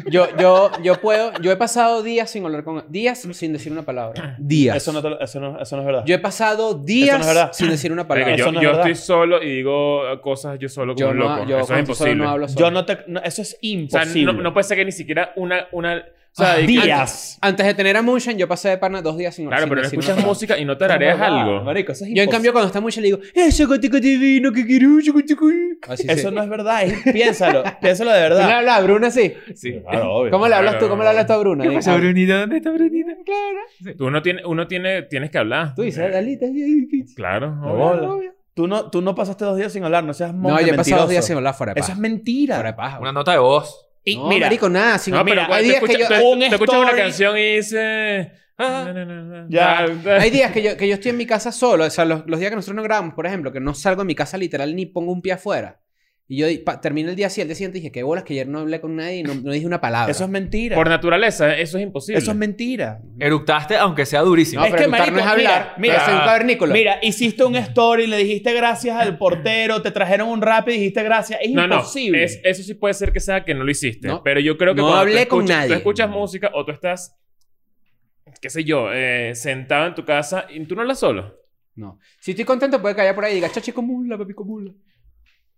E: Yo, yo, yo puedo, yo he pasado días sin hablar con... Días sin decir una palabra. Días.
C: Eso no, te lo- eso, no, eso no es verdad.
E: Yo he pasado días
C: Eso no es verdad.
E: sin decir una
B: Marico,
E: palabra.
C: Eso
B: yo
C: no es
B: yo
C: verdad.
B: estoy solo y digo cosas yo solo como
E: Yo
B: un
E: no,
B: loco.
E: yo
B: Eso es
E: cuando solo
B: imposible.
E: no hablo solo.
C: Yo no te. no, eso es
B: o sea,
C: imposible.
B: no, no puede ser que ni siquiera una... una o
E: Ah,
B: sea, de-
C: días.
E: Antes de tener a Munchen, yo pasé de pana dos días sin
B: Claro,
E: sin
B: pero no
E: decir
B: escuchas
E: una palabra.
B: música y no tarareas algo.
C: Marico, eso es
E: Yo, en cambio, cuando está Munchen, le digo, "Eh, ¡Ese gatico divino que quiero! ese gatico". Así,
C: imposible. Eso
E: sí.
C: no es verdad. es- piénsalo. piénsalo de
E: ¿Tú le
C: verdad.
E: hablas a Bruna así?
D: Sí.
C: Claro, obvio.
E: ¿Cómo le hablas
B: Pues, Claro.
E: tú? ¿Cómo le hablas tú a Bruna?
D: ¿Qué
E: Digo,
D: pasa,
E: ah,
D: Brunita? ¿Dónde está Brunita?
B: Tú uno tiene, uno tiene, tienes que hablar.
E: Tú dices,
B: Eh,
E: Dalita.
B: Claro.
C: De
B: obvio.
C: bola. Tú no, tú no pasaste dos días sin hablar, no seas monje
E: No, yo he pasado dos
C: mentiroso.
E: días sin hablar fuera de
C: Eso es
E: paja. Fuera de
C: mentira.
E: paja.
D: Una
E: güey.
D: nota de voz.
C: Y
E: No,
C: mira,
E: marico, nada. Sin...
B: No, pero
E: mira,
B: cuando
E: hay
B: tú
E: días que
B: escuchas,
E: yo...
B: tú-
C: un
B: tú escuchas una
C: story-
B: canción y dices... ah, na, na, na, na.
C: Ya.
B: Ah,
E: Hay días que yo, que yo estoy en mi casa solo, o sea, los, los días que nosotros no grabamos, por ejemplo, que no salgo de mi casa literal ni pongo un pie afuera. Y yo di- pa- terminé el día así, el día siguiente dije, qué bolas que ayer no hablé con nadie y no, no dije una palabra.
C: eso es mentira.
B: Por naturaleza, eso es imposible.
C: Eso es mentira.
D: Eructaste aunque sea durísimo.
E: No,
C: Es
E: pero
C: que,
E: eructar no es
C: marico,
E: hablar.
C: mira,
E: Mira,
D: mira.
E: soy un cavernícola.
C: Mira, hiciste un story, le dijiste gracias al portero, te trajeron un rap y dijiste gracias. Es
B: No, no.
C: imposible.
B: es- eso sí puede ser que sea que no lo hiciste.
E: No.
B: Pero yo creo que
E: No
B: cuando tú
E: hablé con
B: escuchas-
E: nadie.
B: tú escuchas música o tú estás, qué sé yo, eh, sentado en tu casa y tú no hablas solo.
E: No. Si estoy contento, puede callar por ahí y diga, chachi comula, papi comula.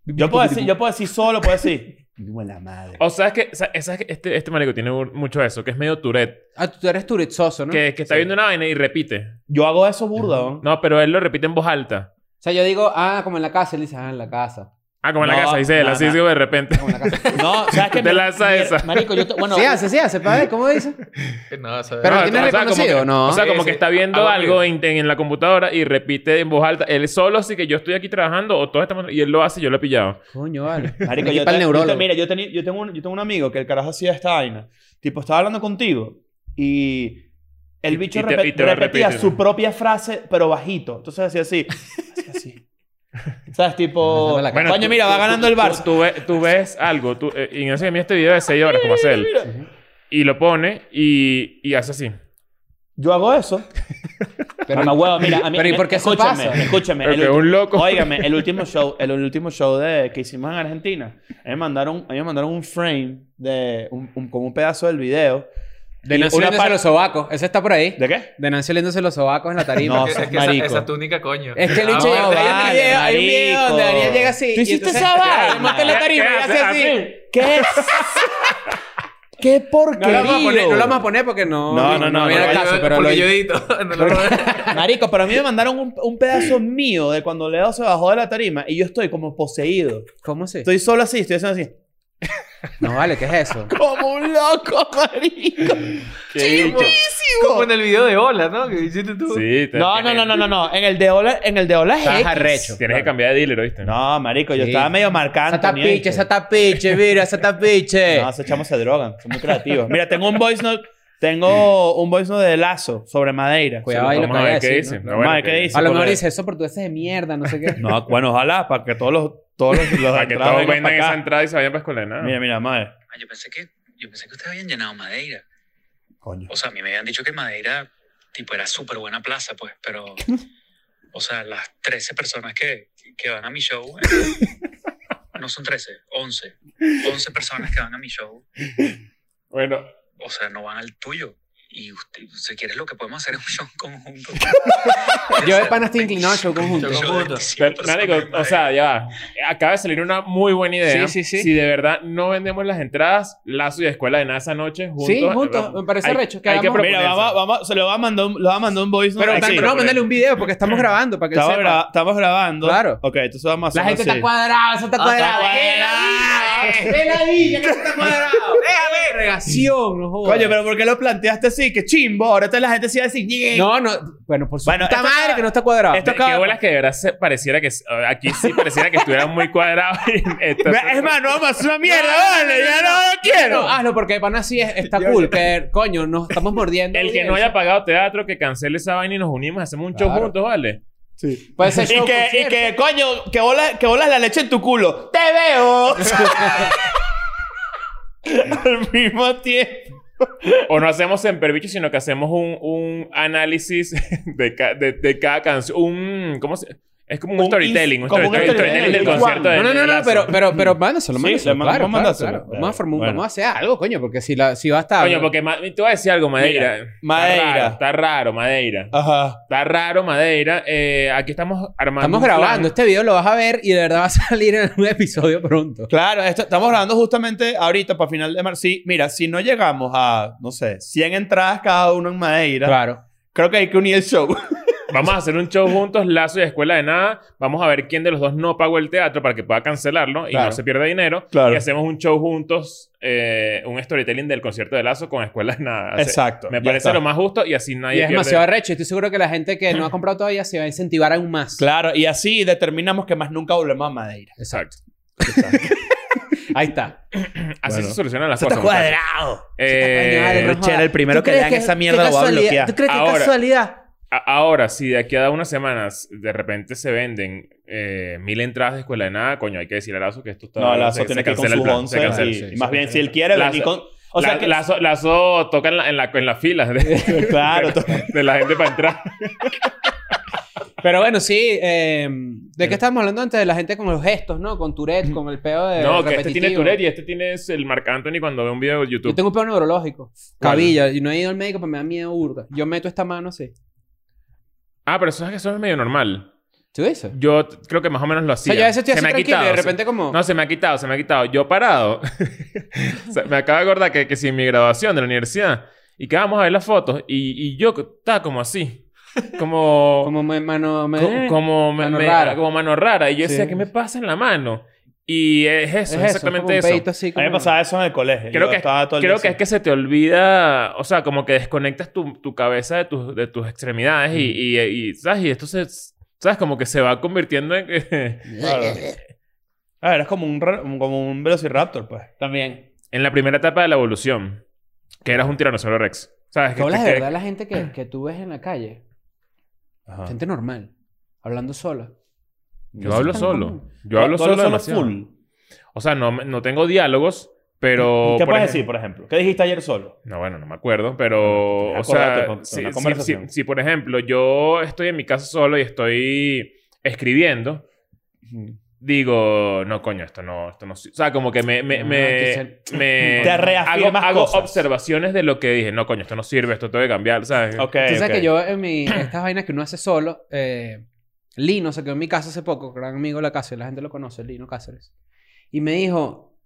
C: Yo puedo decir, yo puedo decir solo, puedo decir. Vivo en la madre.
B: O sabes que, sa- sabes que este, este marico tiene un- mucho eso, que es medio Tourette.
E: Ah, tú eres turetzoso, ¿no?
B: Que, que está
E: Sí.
B: viendo una vaina y repite.
C: Yo hago eso burda, ¿no?
B: No, pero él lo repite en voz alta.
E: O sea, yo digo, ah, como en la casa. Él dice, ah, en la casa.
B: Ah, como en la
C: No,
B: casa, dice él.
C: no,
B: así
C: no.
B: digo de repente.
E: Como en la casa.
C: No, ¿sabes qué?
B: Te lanza
C: Mi-
B: esa.
C: Marico, yo... te- Bueno,
E: sí hace, sí hace, padre. ¿Cómo dice?
D: Eh, No, o sea,
E: Pero
B: No,
E: él tiene
B: o sea, como
E: reconocido,
B: que-
E: ¿no?
B: O sea,
D: Sí,
B: como que
D: sí.
B: está viendo
D: Hago
B: algo
D: ruido.
B: en, en la computadora y repite en voz alta. Él solo, sí que yo estoy aquí trabajando o todos estamos... Y él lo hace y yo lo he pillado.
E: Coño, vale.
C: Marico,
E: Aquí
C: yo,
E: para
C: te-
E: el
C: yo te-
E: neurólogo.
C: mira, yo, tenía- yo, tengo un, yo tengo un amigo que el carajo hacía esta vaina. Tipo, estaba hablando contigo y el bicho
B: y te-
C: repe-
B: y te lo
C: repetía
B: repite,
C: su
B: ¿no?
C: propia frase, pero bajito. Entonces hacía así. Hacía así. ¿Sabes? Tipo...
E: Bueno,
C: Coño,
B: tú-
C: mira, va ganando el Barça.
B: Tú, ve- tú ves algo. Tú, eh, y no sé, a mí este video de 6 horas, como hace él.
E: Ujú.
B: Y lo pone y, y hace así.
C: Yo hago eso.
E: Pero,
C: Mamá huevo, mira, a mí, eh,
E: pero ¿y por qué eso
C: escúchame,
E: pasa?
C: Escúchame,
B: Pero que
C: ulti-
B: un loco.
C: Óigame, el último show, el, último show de, que hicimos en Argentina, a mí me mandaron, a mí me mandaron un frame de un, un- como un pedazo del video.
E: de
C: Y
E: Nancy
C: una
E: oliéndose
C: par-
E: los sobacos. Ese está por ahí.
C: ¿De qué?
E: De Nancy oliéndose los sobacos en la tarima.
C: No,
D: es que
C: seas
D: esa,
C: marico.
D: esa túnica, coño.
E: Es que el
D: Ah,
E: bicho llega- hay, un
C: vale,
E: video, hay un video donde
C: marico.
E: Ariel llega así.
C: ¿Tú
E: y
C: hiciste
E: entonces-
C: esa vaina?
E: monta en la tarima y
B: Hace
E: hace así.
B: así.
C: ¿Qué? ¿Qué
E: No lo,
C: porquería?
E: vamos a poner, no lo vamos a poner porque no.
C: No, no, no,
E: viene
C: no,
E: al
D: porque
E: caso,
D: yo,
E: pero
D: porque
E: lo-
D: yo edito. No lo-
C: Marico, pero a mí me mandaron un, un pedazo mío de cuando Leo se bajó de la tarima y yo estoy como poseído.
E: ¿Cómo así?
C: Estoy solo así, estoy haciendo así.
E: No vale, ¿qué es eso?
C: Como un loco, marico.
B: Qué bicho.
D: Como en el video de Hola, ¿no? Que hiciste tú.
B: Sí, te-
C: No, no, no, no, no, no. En el de Ola, en el de Ola es
E: Estás
C: X.
E: arrecho.
B: Tienes que cambiar de dealer, ¿oíste?
C: No, marico, yo
E: Sí.
C: estaba medio marcando.
E: Esa tapiche, esa tapiche, mira, esa tapiche.
C: No, esos chamos se drogan, son muy creativos. Mira, tengo un voice note, tengo un voice note de Lazo sobre Madeira.
E: Cuidado ahí lo que
B: Vamos a
E: vaya
B: ver
E: a
B: qué
E: decir.
B: dice.
E: ¿no?
B: Ah, bueno,
C: Madre, ¿qué
B: que-
C: dice?
E: A lo mejor
C: Porque-
E: dice eso portugués de mierda, no sé qué.
C: No, bueno, ojalá para que todos los todos los, los
B: Para que
C: entrados
B: todos vendan
C: vengan para
B: esa
C: acá.
B: entrada y se vayan para escuela de nada.
C: Mira, mira, madre.
F: Ah, Yo pensé que, yo pensé que ustedes habían llenado Madeira.
C: Coño.
F: O sea, a mí me habían dicho que Madeira, tipo, era súper buena plaza, pues, pero, o sea, las 13 personas que, que van a mi show, eh, no son 13, 11, 11 personas que van a mi show,
B: Bueno,
F: o sea, no van al tuyo. Y usted, si quieres, lo que podemos hacer es un show conjunto.
E: Yo de pana estoy inclinado al show conjunto.
D: Show conjunto.
B: pero, marico, o sea, ya va. Acaba de salir una muy buena idea.
E: Sí, sí, sí.
B: Si de verdad no vendemos las entradas, Lazo y Escuela de Nada esa noche juntos.
E: Sí, juntos,
B: eh,
E: me parece
B: hay-
E: recho, que
B: Hay que
E: hagamos-
B: proponerse.
C: Mira, vamos, vamos, se lo va a mandar un, lo va a mandar un voice note.
E: Pero
C: así.
E: tanto, no, mandale un video porque estamos grabando para que él
C: estamos,
E: sepa.
C: gra- estamos grabando.
E: Claro.
C: Ok, entonces vamos a hacer
E: La gente
C: así.
E: está cuadrada,
C: Ah,
E: eso está cuadrado. ¡Eh, la vida! ¡Eh, la vida, que eso está cuadrado! ¡Eh, regación! No jodas.
C: Coño, pero ¿por qué lo planteaste así? ¡Qué chimbo! Ahora entonces la gente sí va a decir... "Yeah".
E: No, no. Bueno, por su
C: Bueno,
E: puta
C: esto
E: madre
C: acaba-
E: que no está cuadrado.
C: esto
B: Qué
C: acaba-
B: bolas que de verdad se- pareciera que... eh, Aquí sí pareciera que estuviera muy cuadrado. y esto-
C: Es más, no vamos a hacer una mierda,
E: No, no,
C: vale.
E: Ah, no, no,
C: ya
E: no.
C: no lo quiero.
E: No, hazlo porque de pana sí es- está cool. Que, coño, nos estamos mordiendo.
B: El que no haya pagado teatro, que cancele esa vaina y nos unimos, hacemos un show
E: Claro.
B: juntos, ¿vale?
E: Puede ser
C: Y
E: show
C: que, y
E: concierto.
C: que, coño, que bolas, que bolas la leche en tu culo. ¡Te veo! Al mismo tiempo.
B: O no hacemos Semperbicho, sino que hacemos un, un análisis de, ca- de, de cada canción. Un... ¿Cómo se...? Es como un,
C: Un
B: storytelling. Un
C: ins- como un
B: storytelling,
C: storytelling
B: del
C: del
B: concierto de
E: No, no, no, no,
B: Lazo.
E: pero, pero, pero mándaselo,
C: Sí,
E: mándaselo.
C: le mandamos-
E: claro, claro,
C: mándaselo.
E: claro. Vamos a formar,
C: Bueno.
E: vamos a hacer algo, coño, porque si, la, si va a estar.
B: Coño, porque ma- te voy a decir algo, Madeira.
C: Mira,
B: Está
C: Madeira.
B: raro, Está raro, Madeira.
C: Ajá.
B: Está raro, Madeira. Eh, aquí estamos armando.
E: Estamos
B: un plan.
E: grabando, este video lo vas a ver y de verdad va a salir en un episodio pronto.
C: Claro, esto, estamos grabando justamente ahorita para final de marzo. Sí, mira, si no llegamos a, no sé, 100 entradas cada uno en Madeira,
E: Claro.
C: creo que hay que unir el show.
B: Vamos a hacer un show juntos, Lazo y Escuela de Nada. Vamos a ver quién de los dos no pagó el teatro para que pueda cancelarlo y
C: Claro.
B: no se pierda dinero.
C: Claro.
B: Y hacemos un show juntos, eh, un storytelling del concierto de Lazo con Escuela de Nada. O sea,
C: Exacto.
B: Me
C: Ya
B: parece
C: está.
B: lo más justo y así nadie
E: y es
B: pierde.
E: demasiado arrecho. Estoy seguro que la gente que no ha comprado todavía se va a incentivar aún más.
C: Claro, y así determinamos que más nunca volvemos a
E: Ah,
C: Madeira.
B: Exacto.
E: Ahí está.
B: Así
C: Bueno.
B: se solucionan las
C: Eso está
B: cosas. muchachos.
C: cuadrado.
B: Eh,
E: Coño, vale, no
C: Chela,
E: jodas.
C: el primero
E: ¿Tú
C: que lea
E: crees
C: en esa mierda
E: qué
C: lo va a
E: casualidad?
C: bloquear?
E: ¿Tú crees que
B: Ahora.
E: es casualidad?
B: A- Ahora, si de aquí a unas semanas de repente se venden eh, mil entradas de escuela de nada, coño, hay que decir a Lazo que esto está.
C: No, Lazo
B: se-
C: tiene
B: se
C: que ir con
B: cancela el
C: sus
B: plan, se
C: 11.
B: cancela.
C: y-
E: sí,
C: más
E: se
C: bien,
E: cancela.
C: si él quiere venir
B: Lazo-
C: con. O sea,
B: La-
C: que,
B: Lazo, Lazo toca en, la- en la- en las filas de,
C: claro. to-
B: de la gente para entrar.
E: Pero bueno, sí. eh, ¿De qué estábamos hablando antes? De la gente con los gestos, ¿no? Con Tourette, con el pedo de.
B: no, que este tiene
E: repetitivo.
B: Tourette y este tiene es el Marc Anthony cuando ve un video de YouTube.
E: Yo tengo un pedo neurológico. Cabilla. Y no he ido al médico, pero me da miedo burda. Yo meto esta mano así.
B: Ah, pero eso es, eso es medio normal.
E: ¿Tú dices?
B: Yo t- creo que más o menos lo
E: O
B: hacía.
E: sea, yo a veces estoy
B: Se
E: así
B: me ha
E: tranquilo y de
B: quitado, se-
E: repente como...
B: No, se me ha quitado, se me ha quitado. Yo parado. O sea, me acabo de acordar que, que si en mi graduación de la universidad y que vamos a ver las fotos y, y yo estaba como así. como,
E: Como me- mano... me-
B: co- como, me-
E: Mano
B: me-
E: rara.
B: como mano rara. Y yo
E: Sí.
B: decía, ¿qué me pasa en la mano? Y es eso, es
E: es eso, es como
B: exactamente
E: un
B: eso.
E: pedito así
C: A mí me
E: como-
C: pasaba eso en el colegio.
B: Creo
C: Yo
B: que-
C: estaba todo el
B: Creo
C: día
B: que es
C: así.
B: que se te olvida, o sea, como que desconectas tu, tu cabeza de, tus de tus extremidades
E: Mm.
B: y, y, y, ¿sabes? Y esto se, ¿sabes? Como que se va convirtiendo en... que-
C: Claro. A ver, es Ah, como un, ra- un- como un velociraptor, pues.
E: También.
B: en la primera etapa de la evolución, que eras un tiranosaurio rex. ¿Sabes?
E: ¿Qué
B: Que,
E: hablas
B: que-
E: de verdad de la gente que, que tú ves en la calle? Gente normal. Hablando sola.
B: Yo hablo
E: tan
B: solo.
E: común.
B: Yo hablo
C: Todo lo
B: solo
C: solo
B: demasiado.
C: full.
B: O sea, no, me- no tengo diálogos, pero...
C: ¿Qué
B: por
C: puedes
B: ej-
C: decir, por ejemplo? ¿Qué dijiste ayer solo?
B: No, bueno, no me acuerdo, pero... O
C: Acordate,
B: sea,
C: con- con
B: si,
C: la
B: si-
C: conversación.
B: si- si, por ejemplo, yo estoy en mi casa solo y estoy escribiendo, digo, no, coño, esto no, esto no. O sea, como que me. me,
E: Ah,
B: me,
E: quizá-
B: me-
C: Te reafirmas
B: hago, hago
C: cosas.
B: observaciones de lo que dije. No, coño, esto no sirve, esto tengo que cambiar, ¿sabes?
C: Ok.
E: Tú sabes
C: ok.
E: que yo en mi, estas vainas que uno hace solo, eh, Lino se quedó en mi casa hace poco, gran amigo de la casa, la gente lo conoce, Lino Cáceres. Y me dijo,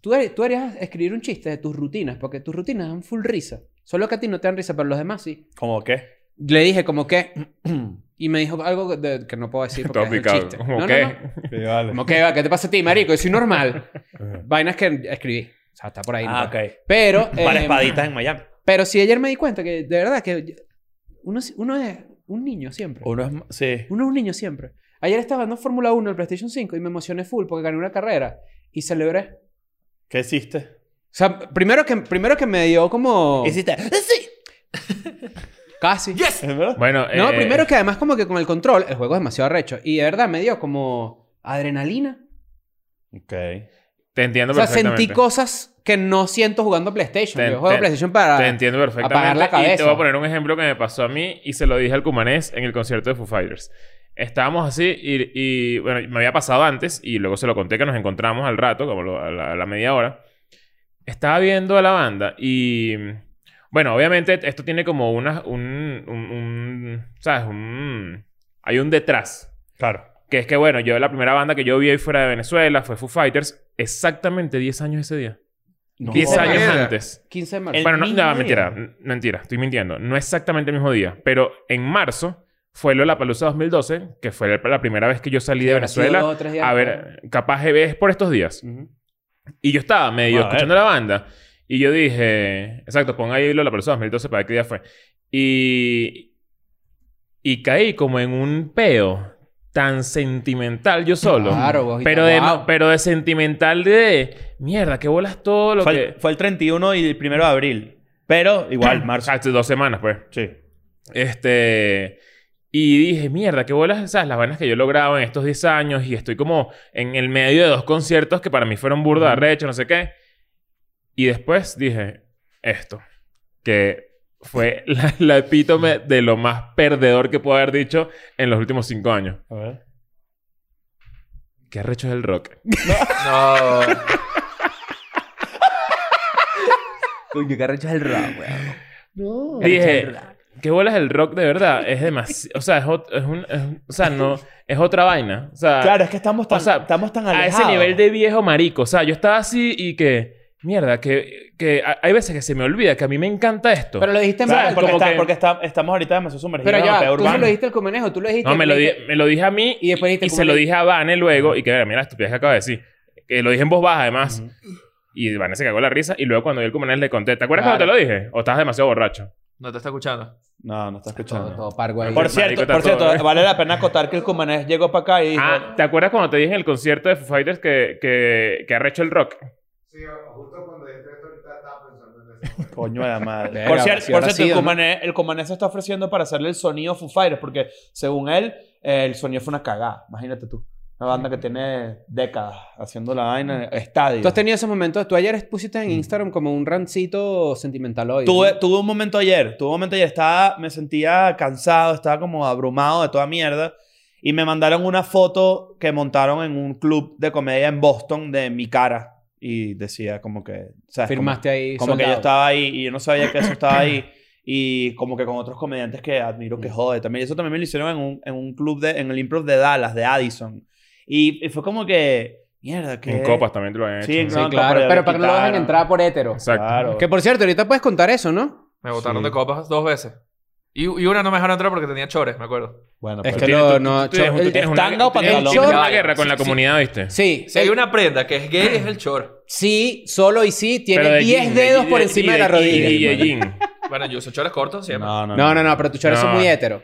E: tú, har- tú harías escribir un chiste de tus rutinas, porque tus rutinas dan full risa. Solo que a ti no te dan risa, pero los demás sí.
C: ¿Cómo qué?
E: Le dije como que... Y me dijo algo de- que no puedo decir porque
B: Todo
E: es un
B: picado.
E: chiste.
B: Como
E: No, no,
B: que-
E: no.
C: Sí, vale.
E: Como que, va, ¿qué te pasa a ti, marico? Yo soy normal. Vainas que escribí. O sea, está por ahí. ¿no?
C: Ah, ok.
E: Pero...
C: Para
E: eh,
C: espaditas en Miami.
E: pero si ayer me di cuenta que, de verdad, que yo- uno, es- uno es un niño siempre.
C: Uno es... ma- Sí.
E: Uno es un niño siempre. Ayer estaba dando Fórmula 1 en el PlayStation 5 y me emocioné full porque gané una carrera y celebré.
C: ¿Qué hiciste?
E: O sea, primero que, primero que me dio como...
C: Hiciste...
E: Casi.
D: ¡Yes!
C: ¿Es verdad?
B: Bueno,
E: No,
B: eh,
E: primero que además como que con el control, el juego es demasiado recho. Y de verdad me dio como adrenalina.
C: Ok.
B: Te entiendo
E: O sea, sentí
B: perfectamente.
E: cosas que no siento jugando PlayStation.
B: Te-
E: Yo juego
B: te-
E: PlayStation para...
B: Te entiendo perfectamente.
E: apagar la
B: Y te
E: cabeza.
B: voy a poner un ejemplo que me pasó a mí y se lo dije al cumanés en el concierto de Foo Fighters. Estábamos así y, y, bueno, me había pasado antes y luego se lo conté que nos encontramos al rato, como lo- a, la, a la media hora. Estaba viendo a la banda y bueno, obviamente esto tiene como una, un, un, un- ¿sabes? Un, hay un detrás.
C: Claro.
B: Que es que bueno, yo la primera banda que yo vi ahí fuera de Venezuela fue Foo Fighters. Exactamente 10 años ese día. 10
E: jodas.
B: años
E: Verga.
B: antes.
E: 15 de
C: El
E: marzo.
B: Bueno, no,
C: mismo
B: no,
C: día.
B: mentira, n- mentira, estoy mintiendo. No exactamente el mismo día, pero en marzo fue Lollapalooza 2012, que fue la, la primera vez que yo salí de
E: Habrá sido
B: Venezuela.
E: dos o tres días
B: A
E: antes.
B: ver, capaz es por estos días.
E: Ujú.
B: Y yo estaba medio
C: A ver.
B: escuchando la banda y yo dije, exacto, pon ahí Lollapalooza 2012 para ver qué día fue. Y y caí como en un peo tan sentimental yo solo.
E: Claro, vos,
B: Pero de,
E: guau.
B: pero de sentimental de mierda, que bolas todo lo
C: Fue,
B: que
C: el- fue el 31 y el 1 de abril. Pero igual, marzo.
B: Hace dos semanas, pues.
C: Sí.
B: Este. Y dije, mierda, qué bolas, ¿sabes? Las vainas que yo lograba en estos 10 años y estoy como en el medio de dos conciertos que para mí fueron burda, de arrecho, no sé qué. Y después dije, esto, que fue la, la epítome de lo más perdedor que puedo haber dicho en los últimos 5 años.
C: A ver.
B: Qué arrecho es el rock.
D: No.
E: Coño, qué arrecho es el rap, weón.
B: Dije, ¿qué bolas el rock de verdad? Es demasiado. O sea, es, ot- es un- es un- O sea, no. Es otra vaina. O sea,
C: Claro, es que estamos tan,
B: o sea,
C: estamos tan
B: a
C: alejados.
B: ese nivel de viejo marico. O sea, yo estaba así y que... Mierda, que, que a- hay veces que se me olvida que a mí me encanta esto.
E: Pero lo dijiste en
C: ¿Sabes?
E: mal.
C: Porque,
B: como
C: está-
B: que-
C: porque está- estamos ahorita demasiado sumergidos
E: Pero
C: en la
E: ya,
C: peor
E: tú se lo
C: urbana.
E: dijiste al conejo, tú lo dijiste.
B: no, me lo, di-
E: dijiste-
B: me lo dije a mí
E: Y
B: y,
E: después dijiste
B: y
E: como
B: se lo
E: le-
B: dije a Vane luego. Y que, mira, mira la estupidez que acaba de decir. Que lo dije en voz baja, además. Y Vane se cagó la risa. Y luego cuando yo el cumanés le conté, ¿te acuerdas
E: Claro.
B: cuando te lo dije? ¿O estabas demasiado borracho?
D: No te está escuchando.
C: No, no está
E: Todo,
C: escuchando.
E: todo pargo ahí.
C: Por
B: Marico,
C: cierto,
B: está
C: por
B: todo,
C: cierto
B: ¿eh?
C: vale la pena acotar que el Cumanés llegó para acá y dijo...
B: Ah, ¿te acuerdas cuando te dije en el concierto de Foo Fighters que, que, que arrecho el rock?
G: Sí, justo cuando entré esto ahorita estaba pensando en eso.
C: Coño de la madre.
E: Verga,
C: por
E: ahora
C: cierto,
E: sí,
C: por
E: ahora
C: cierto
E: sí,
C: el,
E: ¿no?
C: Cumanés, el Cumanés se está ofreciendo para hacerle el sonido Foo Fighters porque, según él, eh, el sonido fue una cagada. Imagínate tú. Una banda que tiene décadas haciendo la vaina en estadio.
E: Tú has tenido esos momentos. Tú ayer pusiste
B: Mm.
E: en Instagram como un rancito sentimental hoy. ¿no?
B: e-
C: Tuve, tuve un momento ayer, tuve un momento ayer, estaba, me sentía cansado, estaba como abrumado de toda mierda y me mandaron una foto que montaron en un club de comedia en Boston de mi cara y decía como que, ¿sabes?
E: Firmaste ahí.
C: Como, como que yo
E: soldado.
C: estaba ahí y yo no sabía que eso estaba ahí y como que con otros comediantes que admiro que jode también. Eso también me lo hicieron en un, en un club, de, en el improv de Dallas, de Addison. Y, y fue como que, mierda, que...
B: En copas también te lo han hecho.
C: Sí, en
E: Sí,
C: No, no,
E: claro.
C: pero
E: Pero
C: lo
E: para que no lo dejen
C: quitaron.
E: entrar por hétero.
B: Exacto.
C: Claro.
E: Que por cierto, ahorita puedes contar eso, ¿no?
D: Me botaron
C: Sí.
D: de copas dos veces. Y, y una no me dejaron entrar porque tenía chores, me acuerdo.
H: Bueno,
E: Es
H: pero-
E: que
B: tienes-
E: no,
B: tú-
E: no.
B: tú tienes-
E: cho-
B: tú
E: el-
B: tienes una-
C: tanga o
B: tú tienes-
C: pantalón.
B: tú tienes una
D: Chor-
B: guerra con la
D: sí, sí.
B: comunidad, ¿viste?
E: Sí,
D: Si hay
E: el-
D: una prenda que es gay, es el chor.
E: sí, solo y sí,
B: Pero
E: tiene
B: de
E: 10
B: jean, de
E: dedos
B: jean,
E: por
B: de-
E: encima
B: y
E: de la
B: y-
E: rodilla.
B: Y de jean.
D: Bueno, yo uso chores cortos siempre.
H: No, no,
E: No, no, no, pero tu short es
B: No.
E: muy hétero.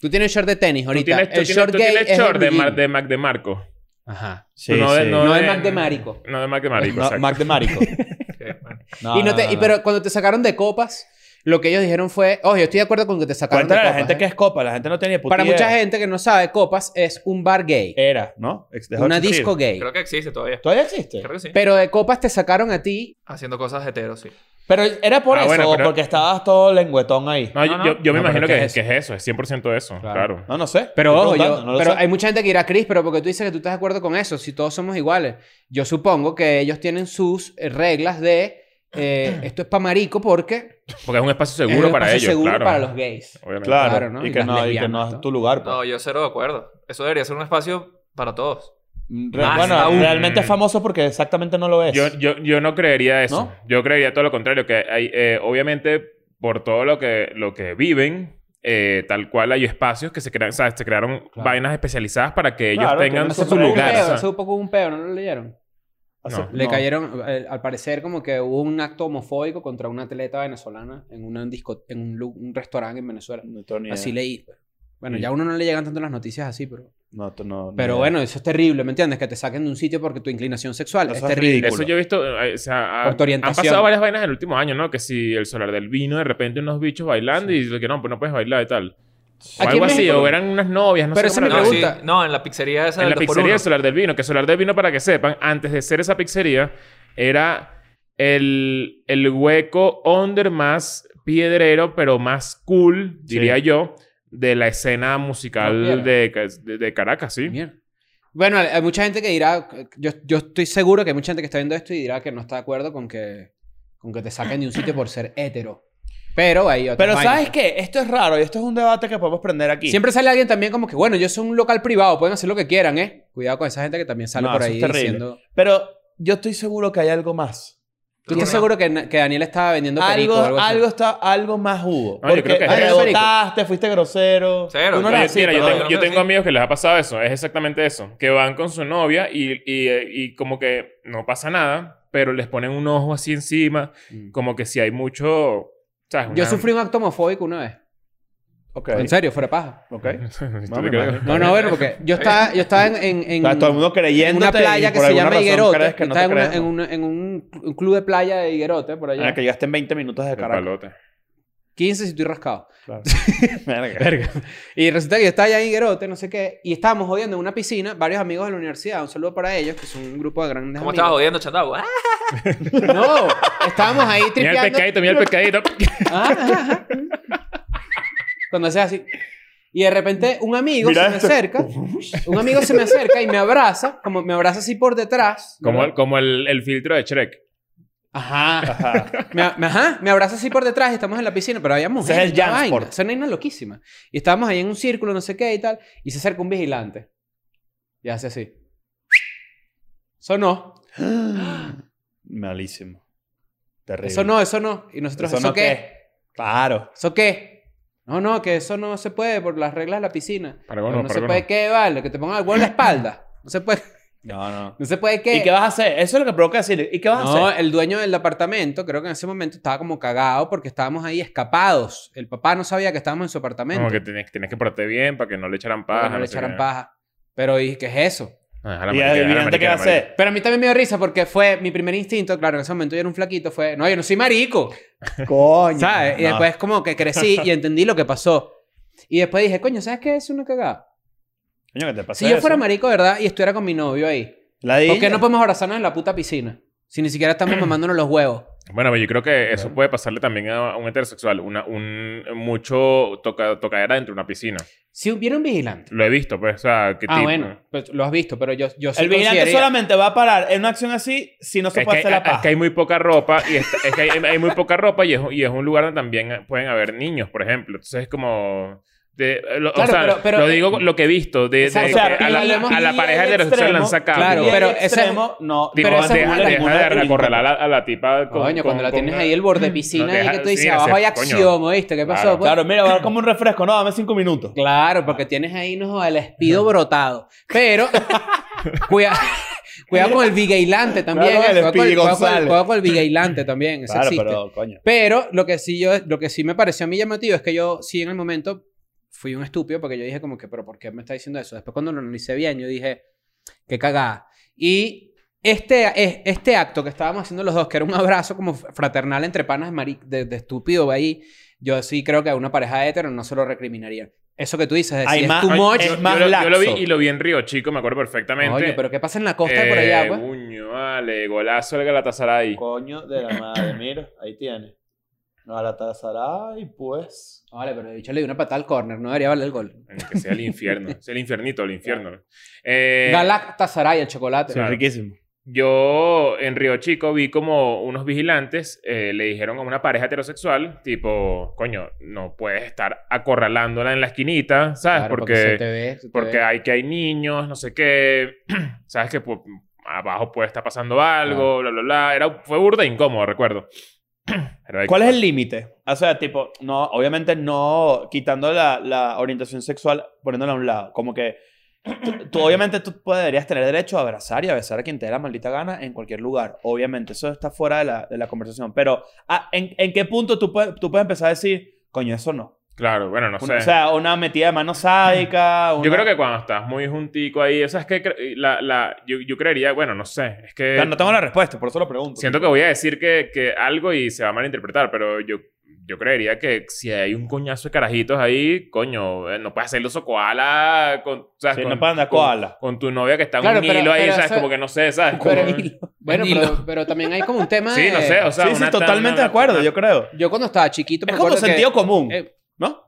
E: Tú tienes short de tenis
B: Tú
E: ahorita.
B: tienes, tú
E: el
B: tienes-
E: short
B: tú
E: gay
B: tienes
E: es
B: short
E: el
B: de,
E: blue
B: Mar-
E: jean.
B: de Mac de Marco.
E: Ajá.
H: Sí,
B: No, de-
H: sí.
B: no.
E: No es
B: de-
E: Mac de Marico.
B: No, de Mac de Marico.
H: No,
B: exacto.
H: Mac de Marico.
D: Ok, bueno.
H: No,
E: y no te,
H: no,
E: y
H: no.
E: pero cuando te sacaron de copas, lo que ellos dijeron fue, oye, yo estoy de acuerdo con que te sacaron
C: Cuéntale a
E: de
C: la
E: copas.
C: gente
E: ¿eh?
C: que es copa. La gente no tenía puta
E: Para
C: idea.
E: mucha gente que Eh, no sabe, copas es un bar gay,
C: Era, ¿no? Ex- dejó de
E: una
C: existir.
E: disco gay.
D: Creo que existe todavía.
H: ¿Todavía existe?
D: Creo que sí.
E: Pero de copas te sacaron a ti.
D: Haciendo cosas heteros, sí.
H: Pero era por
B: Ah,
H: eso,
B: bueno,
H: o
B: pero- Ah,
H: porque estabas todo lengüetón ahí.
B: No, yo-
D: no.
B: Yo, yo me
H: No, pero
B: imagino
H: ¿qué
B: que
H: es
B: es, que es eso, es 100% eso,
H: Claro.
B: claro.
H: No, no sé.
E: Pero
H: Estoy
E: ojo, yo-
H: preguntando, no lo
E: pero
H: sé.
E: hay mucha gente que dirá, Chris, pero porque tú dices que tú estás de acuerdo con eso, si todos somos iguales. Yo supongo que ellos tienen sus eh, reglas de eh, esto es para marico porque
B: Porque es un espacio
E: es
B: seguro
E: un
B: para
E: espacio
B: ellos,
E: seguro
B: claro.
E: para los gays.
B: Obviamente.
H: Claro,
E: Claro, ¿no?
H: y,
E: Y
H: que
E: las
H: no, y que
E: lesbianas,
H: no es
E: todo.
H: tu lugar. pues.
D: No, yo cero de acuerdo. Eso debería ser un espacio para todos.
H: Re-
D: más
H: bueno,
D: aún.
H: realmente es famoso porque exactamente no lo es.
B: Yo, yo, yo no creería eso.
H: ¿No?
B: Yo creería todo lo contrario, que hay, eh, obviamente por todo lo que, lo que viven, eh, tal cual hay espacios que se crean, o sea, se crearon vainas especializadas para que ellos
H: Claro,
B: tengan
H: tienen
B: su
H: su propio
B: lugar.
E: Hace un
B: o
E: peo,
B: sea.
E: hace un poco hubo un peo, ¿no lo leyeron?
H: Así-
B: no.
E: Le
H: no.
E: cayeron, eh, al parecer, como que hubo un acto homofóbico contra una atleta venezolana en, una disco, en un, lu- un restaurante en Venezuela.
H: No tengo ni idea.
E: Así leí. Bueno,
H: Sí.
E: ya a uno no le llegan tanto las noticias así, pero...
H: No, t- no, ni
E: Pero
H: idea.
E: bueno, eso es terrible, ¿me entiendes? Que te saquen de un sitio porque tu inclinación sexual
C: Eso
E: es
C: es
E: terrible.
B: Eso yo he visto, eh, o sea, ha-
E: Por
B: han
E: tu orientación.
B: pasado varias vainas en el último año, ¿no? Que si el solar del vino, de repente unos bichos bailando y dicen que no, pues no puedes bailar y tal. O
E: Aquí
B: algo
E: en
B: así,
E: México-
B: o eran unas novias, no
E: Pero
B: sé
E: esa
B: cómo
E: es
B: era
E: mi
B: la-
D: No, sí,
E: pregunta.
D: no, en la pizzería esa
B: En
D: del
B: la
D: dos por
B: pizzería
D: uno.
B: del Solar del Vino, que Solar del Vino, para que sepan, antes de ser esa pizzería, era el, el hueco under más piedrero, pero más cool, diría yo, de la escena
E: No,
B: musical
E: piedra.
B: de, Ca- de- de Caracas, ¿sí?
E: Mierda. Bueno, hay hay mucha gente que dirá, yo, yo estoy seguro que hay mucha gente que está viendo esto y dirá que no está de acuerdo con que, con que te saquen de un sitio por ser hétero. Pero hay otras
C: Pero
E: vainas.
C: ¿sabes qué? Esto es raro y esto es un debate que podemos prender aquí.
E: Siempre sale alguien también como que, bueno, yo soy un local privado, pueden hacer lo que quieran, ¿eh? Cuidado con esa gente que también sale
C: No,
E: por
C: eso
E: ahí
C: es terrible.
E: diciendo...
C: Pero yo estoy seguro que hay algo más.
E: ¿Tú estás
D: No.
E: seguro que, na- que Daniel estaba vendiendo
C: Algo,
E: perico o algo, así?
C: algo, está, algo más hubo.
B: No, yo
C: porque
B: creo que-
C: te
E: Ay, no, perico.
C: rebotaste, fuiste grosero.
D: Cero,
C: Tú no
D: yo-
C: eras así,
B: Mira, yo
C: pero-
B: tengo, yo tengo
D: Sí.
B: amigos que les ha pasado eso, es exactamente eso, que van con su novia y, y, eh, y como que no pasa nada, pero les ponen un ojo así encima,
E: Mm.
B: como que si hay mucho... ¿sabes?
E: Yo
B: Una-
E: sufrí un acto homofóbico una vez.
C: Ok,
E: En serio, fuera paja.
C: ok.
B: Tú te quedas-
E: No, no, bueno, porque yo estaba, yo estaba en, en, en-
C: O sea, todo el mundo
E: en
C: creyendo
E: una playa que se llama Higuerote.
C: crees que no
E: estaba
C: te
E: en, una-
C: crees,
E: en
C: ¿no? Ah,
E: una- en un, un club de playa de Higuerote, por
C: Mira,
E: allá.
C: que llegaste en 20 minutos de
B: De
C: Caracas.
B: palota.
E: 15 si estoy rascado.
C: Claro. Verga.
E: Y resulta que yo estaba allá en Higuerote, no sé qué. Y estábamos jodiendo en una piscina, varios amigos de la universidad. Un saludo para ellos, que son un grupo de grandes
D: ¿Cómo estabas
E: amigos.
D: jodiendo, Chandau? ¡Ah!
E: No, estábamos ahí
B: Mira el
E: tripeando. Ah,
B: pescadito, mira el pescadito.
E: Ajá, ajá. Cuando haces así. Y de repente un amigo
C: Mira
E: se me
C: esto.
E: acerca. Un amigo se me acerca y me abraza. Como me abraza así por detrás.
B: Como,
E: ¿verdad?
B: el, como el, el filtro de Shrek.
E: Ajá.
C: Ajá.
E: Me, me- ajá. Me abraza así por detrás y estamos en la piscina. Pero había mujeres.
C: Ese es el
E: toda vaina.
C: Jansport.
E: Esa era una vaina loquísima. Y estábamos ahí en un círculo, no sé qué y tal. Y se acerca un vigilante. Y hace así. Sonó.
C: Malísimo. Terrible.
E: Eso no, eso no. Y nosotros,
C: ¿Eso
E: ¿eso,
C: no
E: qué?
C: qué? Claro.
E: ¿Eso qué? No, no, que eso no se puede por las reglas de la piscina.
B: Paragón no,
E: Pero no se
B: paragón
E: puede
B: no.
E: que vale, que te pongan el huevo en la espalda. No se puede,
C: No, no.
E: no se puede que.
C: ¿Y qué vas a hacer? Eso es lo que provoca decir. ¿Y qué vas a
E: no,
C: hacer?
E: el dueño del apartamento, creo que en ese momento estaba como cagado porque estábamos ahí escapados. El papá no sabía que estábamos en su apartamento.
B: Como que tienes, tienes que portarte bien para que no le echaran
E: para
B: paja.
E: que no le
B: sé
E: echaran
B: qué. Ah,
E: paja. Pero dije, ¿qué es eso?
B: No, deja la
C: ¿Y
B: mariquera,
C: el
B: deja la
C: vigilante qué va a
B: mariquera, la
C: hacer?
E: Pero a mí también me dio risa porque fue mi primer instinto, claro, en ese momento yo era un flaquito, fue, no, yo no soy marico,
C: Coño.
E: ¿sabes? Y
C: No.
E: después como que crecí y entendí lo que pasó. Y después dije, coño, ¿sabes qué es una cagada?
C: Coño, que te pasa
E: Si yo
C: eso.
E: fuera marico, ¿verdad? Y estuviera con mi novio ahí,
C: La
E: ¿Por qué
C: dilla.
E: no podemos abrazarnos en la puta piscina? Si ni siquiera estamos mamándonos los huevos.
B: mariquera. Bueno, pero yo creo que eso puede pasarle también a un heterosexual. Una, un, mucho toca, tocadera dentro de una piscina.
E: Si hubiera un vigilante.
B: Lo he visto, pues. O sea, ¿qué
E: Ah,
B: tipo?
E: bueno. pues lo has visto, pero yo, yo sí
C: El vigilante
E: consideraría-
C: solamente va a parar en una acción así si no
B: Es
C: se
B: que,
C: puede
B: hay,
C: hacer la
B: es
C: paja.
B: que hay muy poca ropa y es, es que hay, hay muy poca ropa y es, y es un lugar donde también pueden haber niños, por ejemplo. Entonces es como... De- lo,
E: Claro,
B: o sea,
E: pero- pero- eh,
B: lo digo lo que he visto. De, de-
E: Exacto.
B: que
E: O sea,
B: a la,
E: pidemos
B: a la
C: Y
B: pareja
C: el
B: heterosexual
C: extremo-
B: lanza cable.
E: Claro,
C: y el
E: pero ese-
C: extremo, no.
B: Tipo,
E: Pero esa
B: deja,
E: mujer-
B: deja de acorralar a, la- a la tipa con...
E: Ah, Coño, cuando
B: con-
E: la
B: con-
E: tienes ahí el borde piscina
B: No, deja-
E: y que tú dices,
B: sí,
E: abajo
B: ese-
E: hay
B: coño.
E: acción, ¿oíste? ¿Qué pasó?
B: Claro,
E: pues?
C: Claro, mira, va como un refresco. No, dame cinco minutos.
E: Claro, porque tienes ahí no, el espido brotado. Pero, cuida- cuidado con el vigailante también.
C: Cuidado con
E: eh,
C: el Speedy
E: cuidado con el-
C: González.
E: cuidado con el vigailante también. Eso
C: Claro,
E: existe. Pero...
C: pero coño.
E: lo que sí yo, lo que sí me pareció a mí llamativo es que yo sí en el momento fui un estúpido porque yo dije como que, pero ¿por qué me está diciendo eso? Después cuando lo analicé bien, yo dije, qué cagada. Y este, eh, este acto que estábamos haciendo los dos, que era un abrazo como fraternal entre panas mari- de, de estúpido ahí, yo sí creo que a una pareja hetero no se lo recriminaría. Eso que tú dices, es,
C: Hay
E: decir, es
C: más-
E: too
B: Ay,
E: much.
B: yo-
C: es más
B: yo, lo, yo lo vi
C: laxo.
B: y lo vi en Río Chico, me acuerdo perfectamente.
E: Coño, pero ¿qué pasa en la costa de por
B: Eh,
E: allá, pues. güey?
B: Uño, vale, golazo del Galatasaray.
C: Coño de la madre. Mira, ahí tiene. No, la tazará y pues.
E: Vale, pero de hecho le dio una patada al corner, no debería valer el gol.
B: Coño, Que sea el infierno. sea el infiernito, el infierno. Eh,
E: Galactasaray, el chocolate.
B: Sí, Claro.
C: riquísimo.
B: Yo en Río Chico vi como unos vigilantes eh, le dijeron a una pareja heterosexual, tipo, coño, no puedes estar acorralándola en la esquinita, ¿sabes?
E: Claro,
B: porque
E: se te ve, se te
B: porque
E: ve.
B: hay que hay niños, no sé qué, sabes que pues, abajo puede estar pasando algo, bla, bla, bla. Era, fue burda e incómodo, recuerdo. Pero hay que-
C: ¿Cuál es el límite? O sea, tipo, no, obviamente no quitando la, la orientación sexual, poniéndola a un lado. Como que tú, tú obviamente tú podrías tener derecho a abrazar y a besar a quien te dé la maldita gana en cualquier lugar. Obviamente, eso está fuera de la, de la conversación. Pero, ah, ¿en, en qué punto tú puedes, tú puedes empezar a decir, coño, eso no?
B: pues, Claro, bueno, no sé.
C: O sea, una metida de mano sádica.
B: yo
C: una-
B: creo que cuando estás muy juntico ahí, o sea, es que cre- la, la, yo, yo creería, bueno, no sé, es que...
C: O sea, no tengo la respuesta, por eso lo pregunto.
B: Siento que voy a decir que, que algo y se va a malinterpretar, pero yo, yo creería que si hay un coñazo de carajitos ahí, coño, eh, no puedes hacerlo socoala con, o sea,
C: Sí,
B: con,
C: no puedes andar
B: con-
C: koala.
B: con tu novia que está en
E: Claro,
B: un
E: pero-
B: hilo ahí,
E: pero
B: ¿sabes?
E: eso-
B: Como que no sé, ¿sabes?
E: pero- pues,
B: Como-
E: Bueno, pero, pero también hay como un tema
B: Sí, no
E: de-
B: sé, o sea,
C: sí, sí,
B: una-
C: totalmente
B: una-
C: de acuerdo, yo creo.
E: Yo cuando estaba chiquito me
C: Es como
E: acuerdo que-
C: sentido común,
E: eh,
C: ¿no?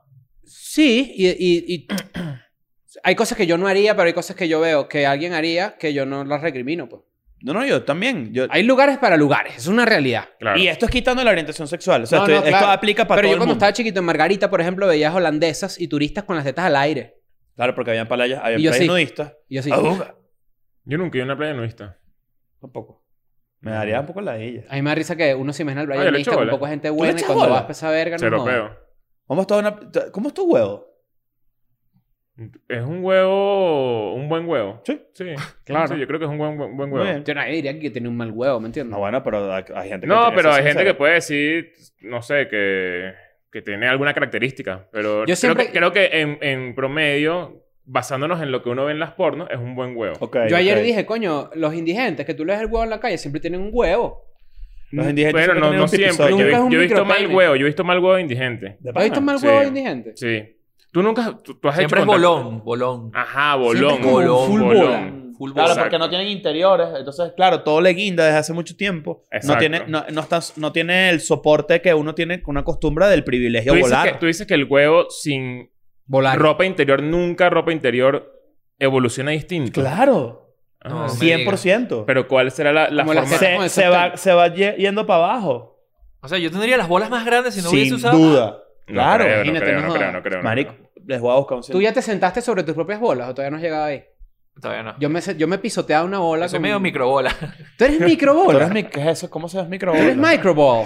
E: Sí, y, y- y- hay cosas que yo no haría, pero hay cosas que yo veo que alguien haría que yo no las recrimino. Pues.
C: No, no, yo también. Yo,
E: Hay lugares para lugares, es una realidad.
B: Claro.
C: Y esto es quitando la orientación sexual. O sea,
E: No,
C: esto,
E: no,
C: esto
E: claro.
C: aplica para
E: pero
C: todo
E: yo
C: el
E: cuando
C: mundo.
E: estaba chiquito en Margarita, por ejemplo, veías holandesas y turistas con las tetas al aire.
C: Claro, porque habían playas, habían
E: Y yo
C: playas
E: sí.
C: nudistas.
E: Y yo así,
C: Ah,
B: Yo nunca he ido a una playa nudista.
C: Tampoco. Me daría un poco la ella.
E: a mí me da risa que uno se imagina al
B: Ah, yo le
E: Brian
B: echo
E: con un
B: bola.
E: poco de gente
C: le
E: buena y
C: echas
E: cuando
C: bola?
E: vas a esa verga no
B: Cero
E: jodas.
B: peo.
C: ¿Cómo está una... ¿Cómo está tu huevo?
B: Es un huevo, un buen huevo.
C: Sí.
B: Sí,
E: Claro.
B: Sí, yo creo que es un buen, buen, buen
C: Muy
B: huevo.
C: bien.
E: Yo no diría que tenía un mal huevo, ¿me entiendes?
C: No, bueno, pero hay, hay gente que
B: No,
C: tiene que
B: pero
C: ser
B: hay gente
C: sincera.
B: que puede decir, no sé, que, que tiene alguna característica. Pero
E: Yo siempre-
B: creo que, creo que en, en promedio, basándonos en lo que uno ve en las pornos, es un buen huevo.
C: Ok,
E: yo ayer
C: ok.
E: dije, coño, los indigentes que tú les ves el huevo en la calle siempre tienen un huevo.
C: Los indigentes
B: Bueno,
C: siempre
B: no,
C: tienen
B: no
C: un
B: siempre. Yo,
C: pipizote.
E: Nunca es
B: he-
E: un
B: yo he visto mal
E: micropene.
B: huevo. Yo he visto mal huevo de indigente.
C: De
E: ¿Has visto
C: pana.
E: mal
B: Sí.
E: huevo de indigente?
B: Sí. Tú nunca... Tú, tú has
D: Siempre
B: hecho
D: es
B: contacto-
D: bolón, bolón.
B: Ajá,
E: Siempre
B: bolón.
E: es como
D: bolón,
E: full
B: bolón.
E: bola.
D: Full
C: Claro,
D: bolón.
C: porque no tienen interiores. Entonces, claro, todo le guinda desde hace mucho tiempo. No
B: Exacto.
C: tiene, no, no, está- no tiene el soporte que uno tiene con una costumbre del privilegio
B: Tú dices,
C: volar.
B: que, tú dices que el huevo sin
E: Volar.
B: ropa interior, nunca ropa interior, evoluciona distinto.
C: Claro,
B: Ah,
D: No,
B: sí.
C: 100%.
B: Pero ¿cuál será la, la
E: Como la
B: forma?
E: gente- Con
C: se,
E: el
C: se
E: sostén.
C: va, se va ye- yendo para abajo.
D: O sea, yo tendría las bolas más grandes si no hubiese
C: Sin
D: usado. Ah,
C: duda.
B: No
C: Claro.
B: creo, no
E: imagínate,
B: creo,
E: no
B: no creo,
E: jodas.
B: no creo, no
C: Marico,
B: creo.
C: les voy a buscar un
E: ¿Tú ya te sentaste sobre tus propias bolas o todavía no has llegado ahí?
D: Todavía no.
E: Yo me, se- yo me pisoteaba una bola.
D: Yo soy
E: con-
D: medio microbola.
E: Tú eres
C: ¿Tú
E: microbola.
C: eres mi- ¿Qué es eso? ¿Cómo se llama micro?
E: Tú eres microball.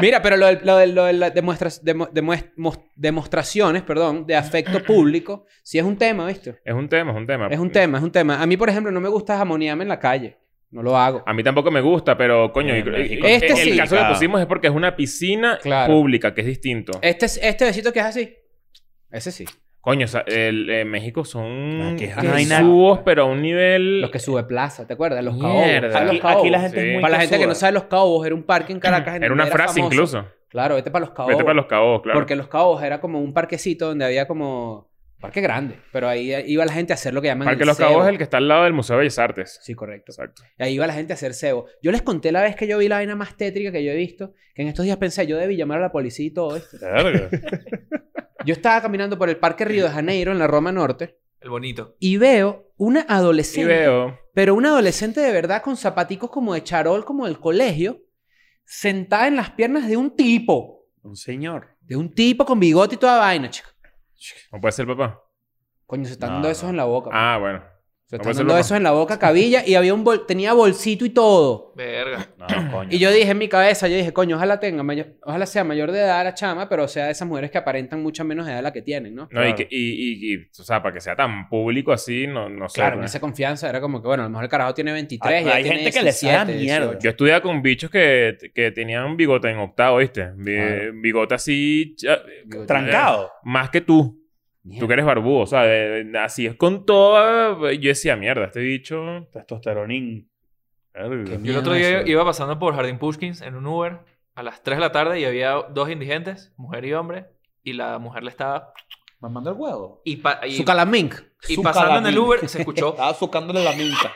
E: Mira, pero lo, del- lo, del- lo de las demuestras- demo- demuest- mos- demostraciones, perdón, de afecto público, sí es un tema, ¿viste?
B: Es un tema, es un tema.
E: Es un tema, es un tema. A mí, por ejemplo, no me gusta jamonearme en la calle. No lo hago.
B: A mí tampoco me gusta, pero coño,
C: En
B: y-
C: México.
B: y-
E: Este
B: el
E: sí.
B: caso que
C: Claro.
B: pusimos es porque es una piscina
E: Claro.
B: pública, que es distinto.
E: Este, es- este besito que es así. Ese sí.
B: Coño, o sea, el, eh, México son
C: Ah, que es
E: una vaina.
B: subos, pero a un nivel...
E: Los que sube plaza, ¿te acuerdas? Los caobos.
B: Mierda.
E: ¿Sabes los
C: Aquí- aquí la gente
E: Caobos?
B: Sí.
C: es muy
E: Para la gente que no
C: tosuda.
E: sabe, los caobos era un parque en Caracas. en
B: Era una
E: donde
B: frase
E: famoso.
B: incluso.
E: Claro, vete para los caobos.
B: Vete para los cabos, claro.
E: Porque los Cabos era como un parquecito donde había como... Parque grande. Pero ahí iba la gente a hacer lo que llaman
B: Parque
E: el
B: Los
E: cebo.
B: Cabos es el que está al lado del Museo de Bellas Artes.
E: Sí, correcto.
B: Exacto.
E: Y ahí iba la gente a hacer cebo. Yo les conté la vez que yo vi la vaina más tétrica que yo he visto. Que en estos días pensé, yo debí llamar a la policía y todo esto. Yo estaba caminando por el Parque Río de Janeiro en la Roma Norte.
D: El bonito.
E: Y veo una
B: Y
E: adolescente.
B: veo...
E: Pero una adolescente de verdad con zapaticos como de charol, como del colegio, sentada en las piernas de un tipo.
C: Un señor.
E: De un tipo con bigote y toda vaina, chico.
B: ¿No puede ser papá?
E: Coño, se están
B: No,
E: dando esos en la boca. pues.
B: Ah, bueno. No
E: Se están
B: puede ser
E: dando
B: loco.
E: besos en la boca, cabilla, y había un bol- tenía bolsito y todo.
D: Verga.
C: No, coño.
E: Y yo dije en mi cabeza, yo dije, coño, ojalá tenga, mayor- ojalá sea mayor de edad la chama, pero sea de esas mujeres que aparentan mucha menos edad de la que tienen, ¿no?
B: No, y, que, y, y, y, o sea, para que sea tan público así, no, no sé.
E: Claro,
B: ¿no?
E: en esa confianza era como que, bueno, a lo mejor el carajo tiene 23.
C: Hay-
E: ella
C: hay
E: tiene
C: gente que le sabe
E: 17,
C: mierda.
E: 18.
B: Yo estudiaba con bichos que, que tenían bigote en octavo, ¿viste? Bi-
E: Claro.
B: Bigote así, cha-
E: Digo,
C: Trancado.
B: más que tú.
E: mierda.
B: Tú que eres barbudo, o sea, de- de- así es con todo. Yo decía, mierda, este bicho.
C: Testosteronín.
B: verga.
E: Qué
D: Yo el otro
E: mierda
D: día
E: eso.
D: iba pasando por Jardín Pushkins en un Uber a las 3 de la tarde y había dos indigentes, mujer y hombre, y la mujer le estaba...
C: Mamando el huevo.
D: Y, pa- y,
E: Su calamink.
D: y
C: su
D: pasando en el
C: calamín.
D: Uber se escuchó
C: Estaba sucándole la minca.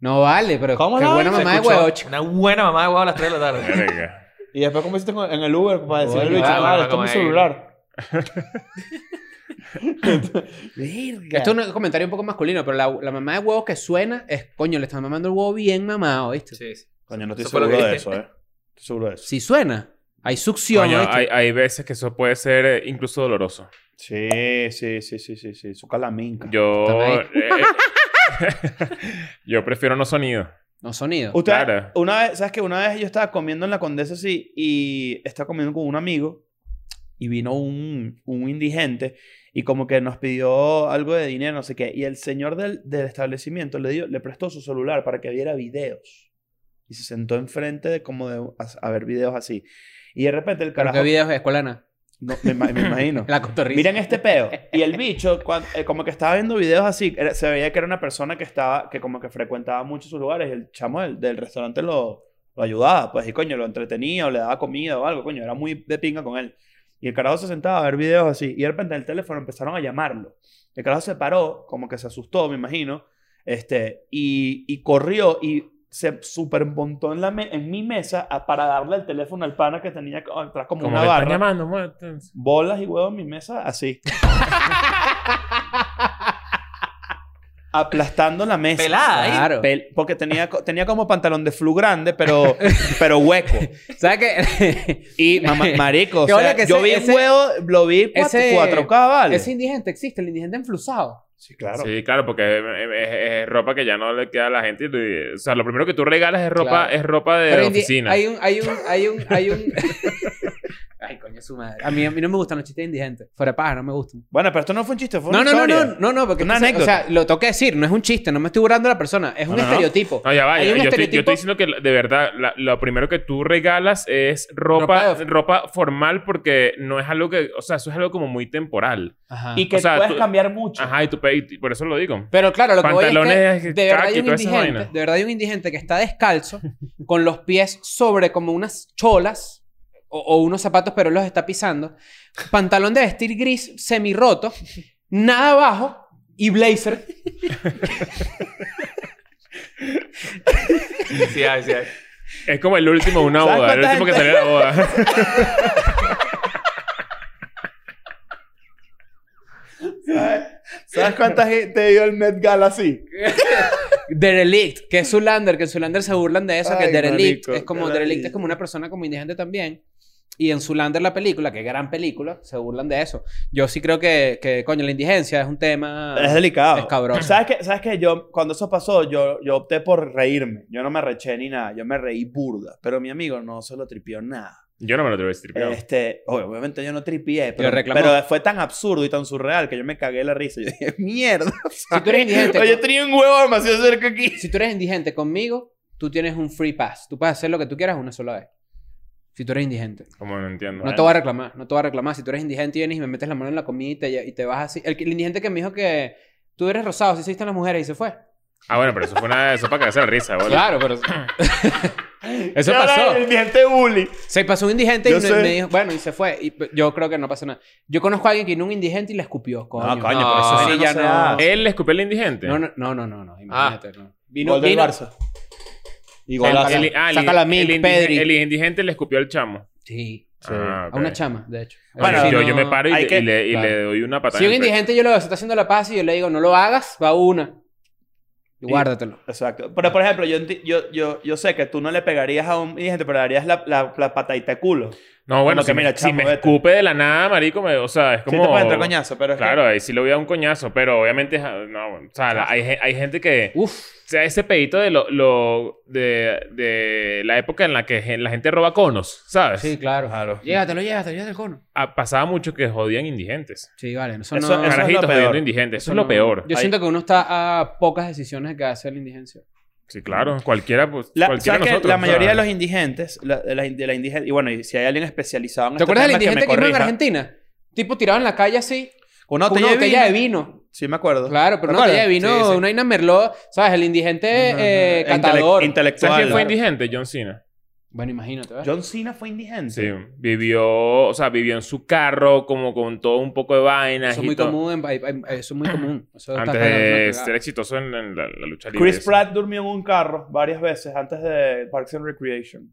E: No vale, pero
C: ¿Cómo
E: qué
C: no?
E: buena
C: Se
E: mamá de
D: escuchó
E: huevo, chico.
D: una buena mamá de huevo a las 3 de la tarde.
B: Verga.
C: Y después, ¿cómo hiciste con- en el Uber para decirle al
E: Coño,
C: bicho,
D: vale,
C: "Ah,
D: vale,
C: esto es mi
D: como ahí".
C: celular?
E: Que Esto es un comentario un poco masculino, pero la, la mamá de huevo que suena es, coño, le están mamando el huevo bien mamado, ¿viste?
D: Sí, sí.
C: Coño, no estoy
D: Eso fue lo
C: seguro
D: que
C: de
D: dije.
C: eso, ¿eh? Estoy seguro de eso.
E: Si suena, hay succión,
B: Coño,
E: ¿oíste?
B: hay, hay veces que eso puede ser eh, incluso doloroso.
C: Sí, sí, sí, sí, sí, sí. Suca la minca.
B: Yo.
E: Están
B: eh, yo prefiero no sonido.
E: No sonido.
C: Usted,
B: Claro.
C: una vez, ¿sabes que Una vez yo estaba comiendo en la Condesa, sí, y estaba comiendo con un amigo y vino un, un indigente y como que nos pidió algo de dinero, no sé qué, y el señor del, del establecimiento le, dio, le prestó su celular para que viera videos y se sentó enfrente de como de a, a ver videos así. Y de repente el
E: ¿Pero
C: carajo...
E: qué videos de escuela nada?
C: No, me, ima- me imagino.
E: La cotorrisa.
C: Miren este peo. Y el bicho, cuan- eh, como que estaba viendo videos así, era- se veía que era una persona que estaba, que como que frecuentaba muchos sus lugares. Y el chamo del, del restaurante lo, lo ayudaba, pues, y coño, lo entretenía o le daba comida o algo, coño, era muy de pinga con él. Y el carajo se sentaba a ver videos así. Y de repente en el teléfono empezaron a llamarlo. El carajo se paró, como que se asustó, me imagino, este, y, y corrió y se supermontó en, la me- en mi mesa a- para darle el teléfono al pana que tenía co- atrás como,
B: Como
C: una
B: me están
C: barra
B: llamando, muévete.
C: bolas y huevos en mi mesa así. Aplastando la mesa.
D: Pelada, ¿eh?
E: Claro.
C: Pel- porque tenía, co- tenía como pantalón de flu grande, pero, pero hueco.
E: ¿Sabes qué?
C: Y mamá, marico, o
E: Qué bola
C: sea,
E: que
C: yo
E: ese-
C: vi
E: ese-
C: huevo, lo vi
E: ese-
C: 4K, vale.
E: Ese indigente existe, el indigente enflusado.
C: Sí, claro.
B: Sí, claro, porque es, es- es ropa que ya no le queda a la gente. y- O sea, lo primero que tú regalas es ropa,
E: Claro.
B: es ropa de
E: Pero indi-
B: Eh, oficina.
E: Hay un, hay un, hay un, hay un... Ay, coño, su madre. A mí, a mí no me gustan los chistes de indigentes. Fuera de paja, no me gustan.
C: Bueno, pero esto no fue un chiste, fue
E: No,
C: una
E: no, no,
C: historia.
E: no, no, no, porque
C: Una
E: entonces,
C: anécdota.
E: O sea, lo tengo que decir, no es un chiste, no me estoy burlando de la persona, es un
B: no, no.
E: estereotipo.
B: No, ya vaya.
E: Hay
B: Yo
E: un
B: estoy, yo
E: estereotipo-
B: estoy diciendo que, la- de verdad, la- lo primero que tú regalas es
E: Ropa
B: ropa,
E: de-
B: ropa formal porque no es algo que... O sea, eso es algo como muy temporal.
E: Ajá.
C: Y que
B: Ah. O sea,
C: puedes
B: tú- Ah.
C: cambiar mucho.
B: Ajá, y tú... pe- y Por eso lo digo.
E: Pero claro, lo que voy es
B: Pantalones,
E: que de verdad, hay
B: khaki,
E: un
B: toda esa
E: indigente,
B: vaina.
E: de verdad hay un indigente que está descalzo, con los pies sobre como unas cholas o, o unos zapatos, pero los está pisando, pantalón de vestir gris semiroto, nada abajo y blazer.
D: Sí, hay, sí, hay.
B: Es como el último de una
C: ¿Sabes
B: boda. El
C: cuánta
B: último que
C: gente-
B: sale de la boda.
C: ¿Sabes? ¿Sabes cuánta gente dio el Met Gala así?
E: Derelict, que es Zulander, que en Zulander se burlan de eso, que
C: Ay,
E: Derelict
C: marico,
E: es como
C: qué
E: Derelict es
C: ladilla.
E: como una persona como indigente también. Y en Zulander la película, que gran película, se burlan de eso. Yo sí creo que, que coño, la indigencia es un tema
C: Es delicado.
E: escabroso.
C: ¿Sabes qué? ¿Sabes qué? Yo, cuando eso pasó, yo, yo opté por reírme. Yo no me reché ni nada. Yo me reí burda. Pero mi amigo no se lo tripió nada.
B: Yo no me lo atrevo a decir. pero-
C: Este, ob- obviamente yo no tripié, pero,
E: reclamó.
C: pero fue tan absurdo y tan surreal que yo me cagué la risa. Yo dije, mierda.
E: Si tú eres indigente,
C: Oye, tenía un huevo demasiado cerca aquí.
E: Si tú eres indigente conmigo, tú tienes un free pass. Tú puedes hacer lo que tú quieras una sola vez. Si tú eres indigente.
B: Como no entiendo.
E: No te voy a reclamar, no te voy a reclamar. Si tú eres indigente y vienes y me metes la mano en la comida y te, lle- y te vas así. El, que- el indigente que me dijo que tú eres rosado, si hiciste las mujeres y se fue.
B: Ah, bueno, pero eso fue una... Eso para cagarse la risa, boludo.
E: Claro, pero... Eso
C: Y ahora
E: pasó.
C: El diente bully.
E: Se pasó un indigente
C: Yo
E: y no-
C: sé.
E: me dijo, bueno, y se fue. Y p- yo creo que no pasa nada. Yo conozco a alguien que vino a un indigente y le escupió, coño.
C: No, coño,
D: No,
C: pero eso
E: sí,
C: sí
E: ya
C: ya
E: no. Ah.
C: no. se da.
B: ¿Él le escupió al indigente?
E: No, no, no, no, no, no, imagínate. no. Vino,
C: Gol del
E: vino-
C: Barça. Y
E: Saca
C: golazo.
E: la-
B: El, ah, el-
E: saca la mic,
B: el indi-
E: Pedri.
B: el indigente le escupió al chamo.
E: Sí.
B: Ah, ok.
E: A una chama, de hecho.
C: Bueno,
E: Sí,
B: yo,
E: no-
B: yo me paro y,
C: hay
B: le-
C: que-
B: y le, y
E: claro.
B: le doy una patada.
E: Si
B: en
E: un
B: el pecho.
E: indigente yo lo veo, se está haciendo la paz y yo le digo, no lo hagas, va una. Y
C: Sí.
E: guárdatelo.
C: Exacto. Pero, por ejemplo, yo, enti- yo, yo, yo sé que tú no le pegarías a un indigente, pero le darías la, la, la patadita de culo.
B: No, bueno,
C: Como que,
B: si, me-
C: mira,
B: si
C: chamo,
B: me
C: vete.
B: escupe de la nada, marico, me- o sea, es
C: Sí
B: como...
C: te puede entrar coñazo, pero es que-
B: Claro, ahí sí le voy a dar un coñazo, pero obviamente, ja, no, o sea, la- hay, ge- hay gente que...
E: Uf.
B: O sea, ese pedito de lo, lo- de, de la época en la que gen- la gente roba conos, ¿sabes?
E: Sí, claro.
C: Claro.
E: Llévatelo, llévatelo, llévatelo el cono.
B: Ah, pasaba mucho que jodían indigentes.
E: Sí, vale.
C: Eso-
E: Eso, no,
C: eso- es lo
B: Carajitos
C: peor.
B: jodiendo indigentes. Eso es lo
E: no-
B: peor.
E: Yo
C: Ahí-
E: siento que uno está a pocas decisiones que hace la indigencia.
B: Sí, claro. Cualquiera, pues,
C: La,
B: cualquiera de
C: ¿sabes qué?
B: nosotros.
C: la
B: o sea,
C: mayoría de los indigentes, la, de la, de la indigen- y bueno, y si hay alguien especializado en este
E: ¿Te acuerdas del
C: tema,
E: indigente que,
C: me
E: vino en
C: corrija.
E: Argentina? Tipo tirado en la calle así,
C: Con una
E: con
C: botella,
E: una botella
C: de
E: de
C: vino.
E: vino.
C: Sí, me acuerdo.
E: Claro, pero
C: ¿Te
E: una botella de
C: acuerdas?
E: vino,
C: Sí, sí.
E: una Ina Merlot, ¿sabes? El indigente eh,
C: Intele-
E: catador.
C: intelectual.
B: ¿Sabes quién fue
C: Claro.
B: indigente? John Cena.
E: Bueno, imagínate, ¿verdad?
C: John Cena fue indigente.
B: Sí. Vivió, o sea, vivió en su carro como con todo un poco de vainas
E: Eso es
B: y
E: muy
B: todo.
E: común. en- hay- hay- eso es muy común. Eso está
B: Antes
E: cagado,
B: de
E: es una
B: ser
E: cagada.
B: exitoso en, en la, la lucha libre.
C: Chris
B: eso.
C: Pratt durmió en un carro varias veces antes de Parks and Recreation.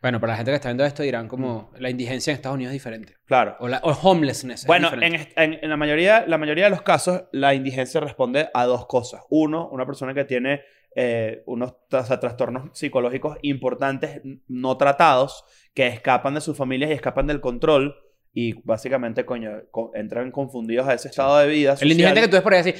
E: Bueno, para la gente que está viendo esto dirán como la indigencia en Estados Unidos es diferente.
C: Claro.
E: O, la, o homelessness. es
C: Bueno, en,
E: diferente.
C: est- en- en la mayoría, la mayoría de los casos, la indigencia responde a dos cosas. Uno, una persona que tiene eh, unos tra- o sea, trastornos psicológicos importantes n- no tratados, que escapan de sus familias y escapan del control. Y básicamente, coño, co- entran confundidos a ese estado de vida.
E: el indigente que tú ves por ahí así.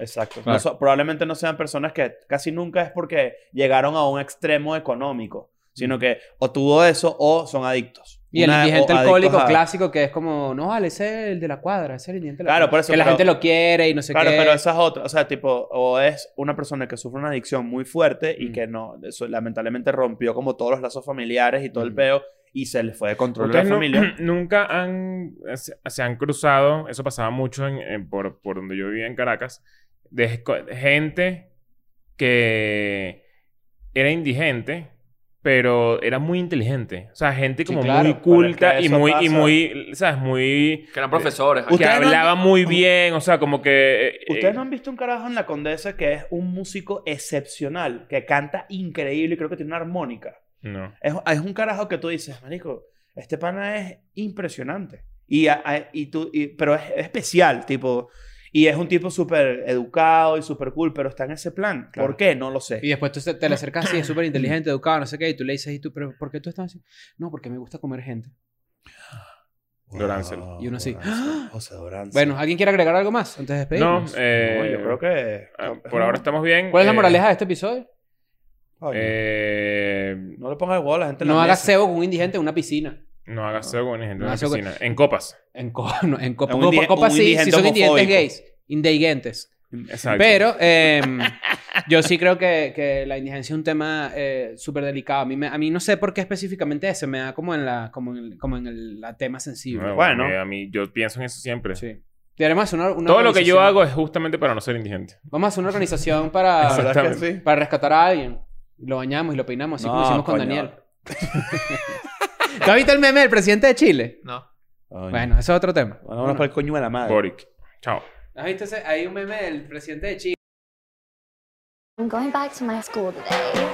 C: Exacto. No
E: Claro.
C: so- probablemente no sean personas que casi nunca es porque llegaron a un extremo económico, sino que o tuvo eso o son adictos.
E: Mm. Y el
C: Una- o
E: indigente
C: adictos
E: alcohólico
C: a-
E: clásico que es como, no vale, ese es el de la cuadra, ese es el indigente de la
C: Claro,
E: cuadra.
C: por eso,
E: Que la
C: pero-
E: gente lo quiere y no sé
C: Claro,
E: qué.
C: pero esas otras, o sea, tipo, o es una persona que sufre una adicción muy fuerte
E: Mm.
C: y que no, eso, lamentablemente rompió como todos los lazos familiares y todo el
E: Mm.
C: peo y se le fue de control de la
B: ¿Ustedes nu-
C: familia.
B: nunca han, se, se han cruzado, eso pasaba mucho en, en- por, por donde yo vivía en Caracas, de esco- gente que era indigente, pero era muy inteligente. O sea, gente como
E: claro,
B: muy
E: pero
B: culta
C: es que
B: y
C: eso
B: muy, y
C: pasa.
B: muy, ¿sabes? Muy...
D: Que eran profesores.
B: Que
C: ¿Ustedes no han
B: hablaba muy bien, o sea, como que... eh,
C: Ustedes
B: eh,
C: no han visto un carajo en La Condesa que es un músico excepcional, que canta increíble y creo que tiene una armónica.
B: no.
C: Es, es un carajo que tú dices, marico, este pana es impresionante. Y, a- a- y tú, y- pero es, es especial, tipo. Y es un tipo súper educado y súper cool, pero está en ese plan. ¿Por qué? No lo sé.
E: Y después tú se- te le acercas así, es súper inteligente, educado, no sé qué, y tú le dices, ¿y tú, pero por qué tú estás así? No, porque me gusta comer gente.
B: Doránsel.
E: Y uno así, ¡Ah!
C: Doránsel, José Doránsel.
E: Bueno, ¿alguien quiere agregar algo más antes de
B: No,
E: despedirnos?
B: eh,
C: No, yo creo que.
B: ah, por ahora estamos bien.
E: ¿Cuál es la
B: eh,
E: moraleja de este episodio?
C: Coño,
B: eh,
C: no le pongas el huevo a la gente. en
E: No
C: la
E: hagas
C: mesa.
E: cebo con un indigente en una piscina.
B: no hagas cebo con gente
E: No
B: en la
E: hagas cebo con-
B: piscina. En copas.
E: En, co- no, en copa.
C: Un
E: copa-
C: indige-
E: copa
C: un
E: sí, si
C: indigente
E: son indigentes
C: homofóbico.
E: gays. Indigentes.
B: Exacto.
E: Pero eh, yo sí creo que, que la indigencia es un tema eh, súper delicado. A mí, me- a mí no sé por qué específicamente ese. Me da como en la, como en el, como en el la tema sensible.
B: No,
C: Bueno.
B: eh, A mí, yo pienso en eso siempre.
E: Sí. Y además, una, una
B: Todo lo que yo
E: organización-
B: hago es justamente para no ser indigente.
E: Vamos a hacer una organización
C: La
E: para,
C: verdad es que
B: Exactamente.
C: sí.
E: para rescatar a alguien. Lo bañamos y lo peinamos, así como
C: No,
E: hicimos con
C: coño.
E: Daniel. ¿Tú has visto el meme del presidente de Chile?
D: No.
C: Coño.
E: Bueno, eso es otro tema.
C: Vámonos para el coño de la madre.
B: Boric. Chao.
E: ¿Has visto ese? Hay un meme del presidente de Chile.
A: I'm going back to my school today.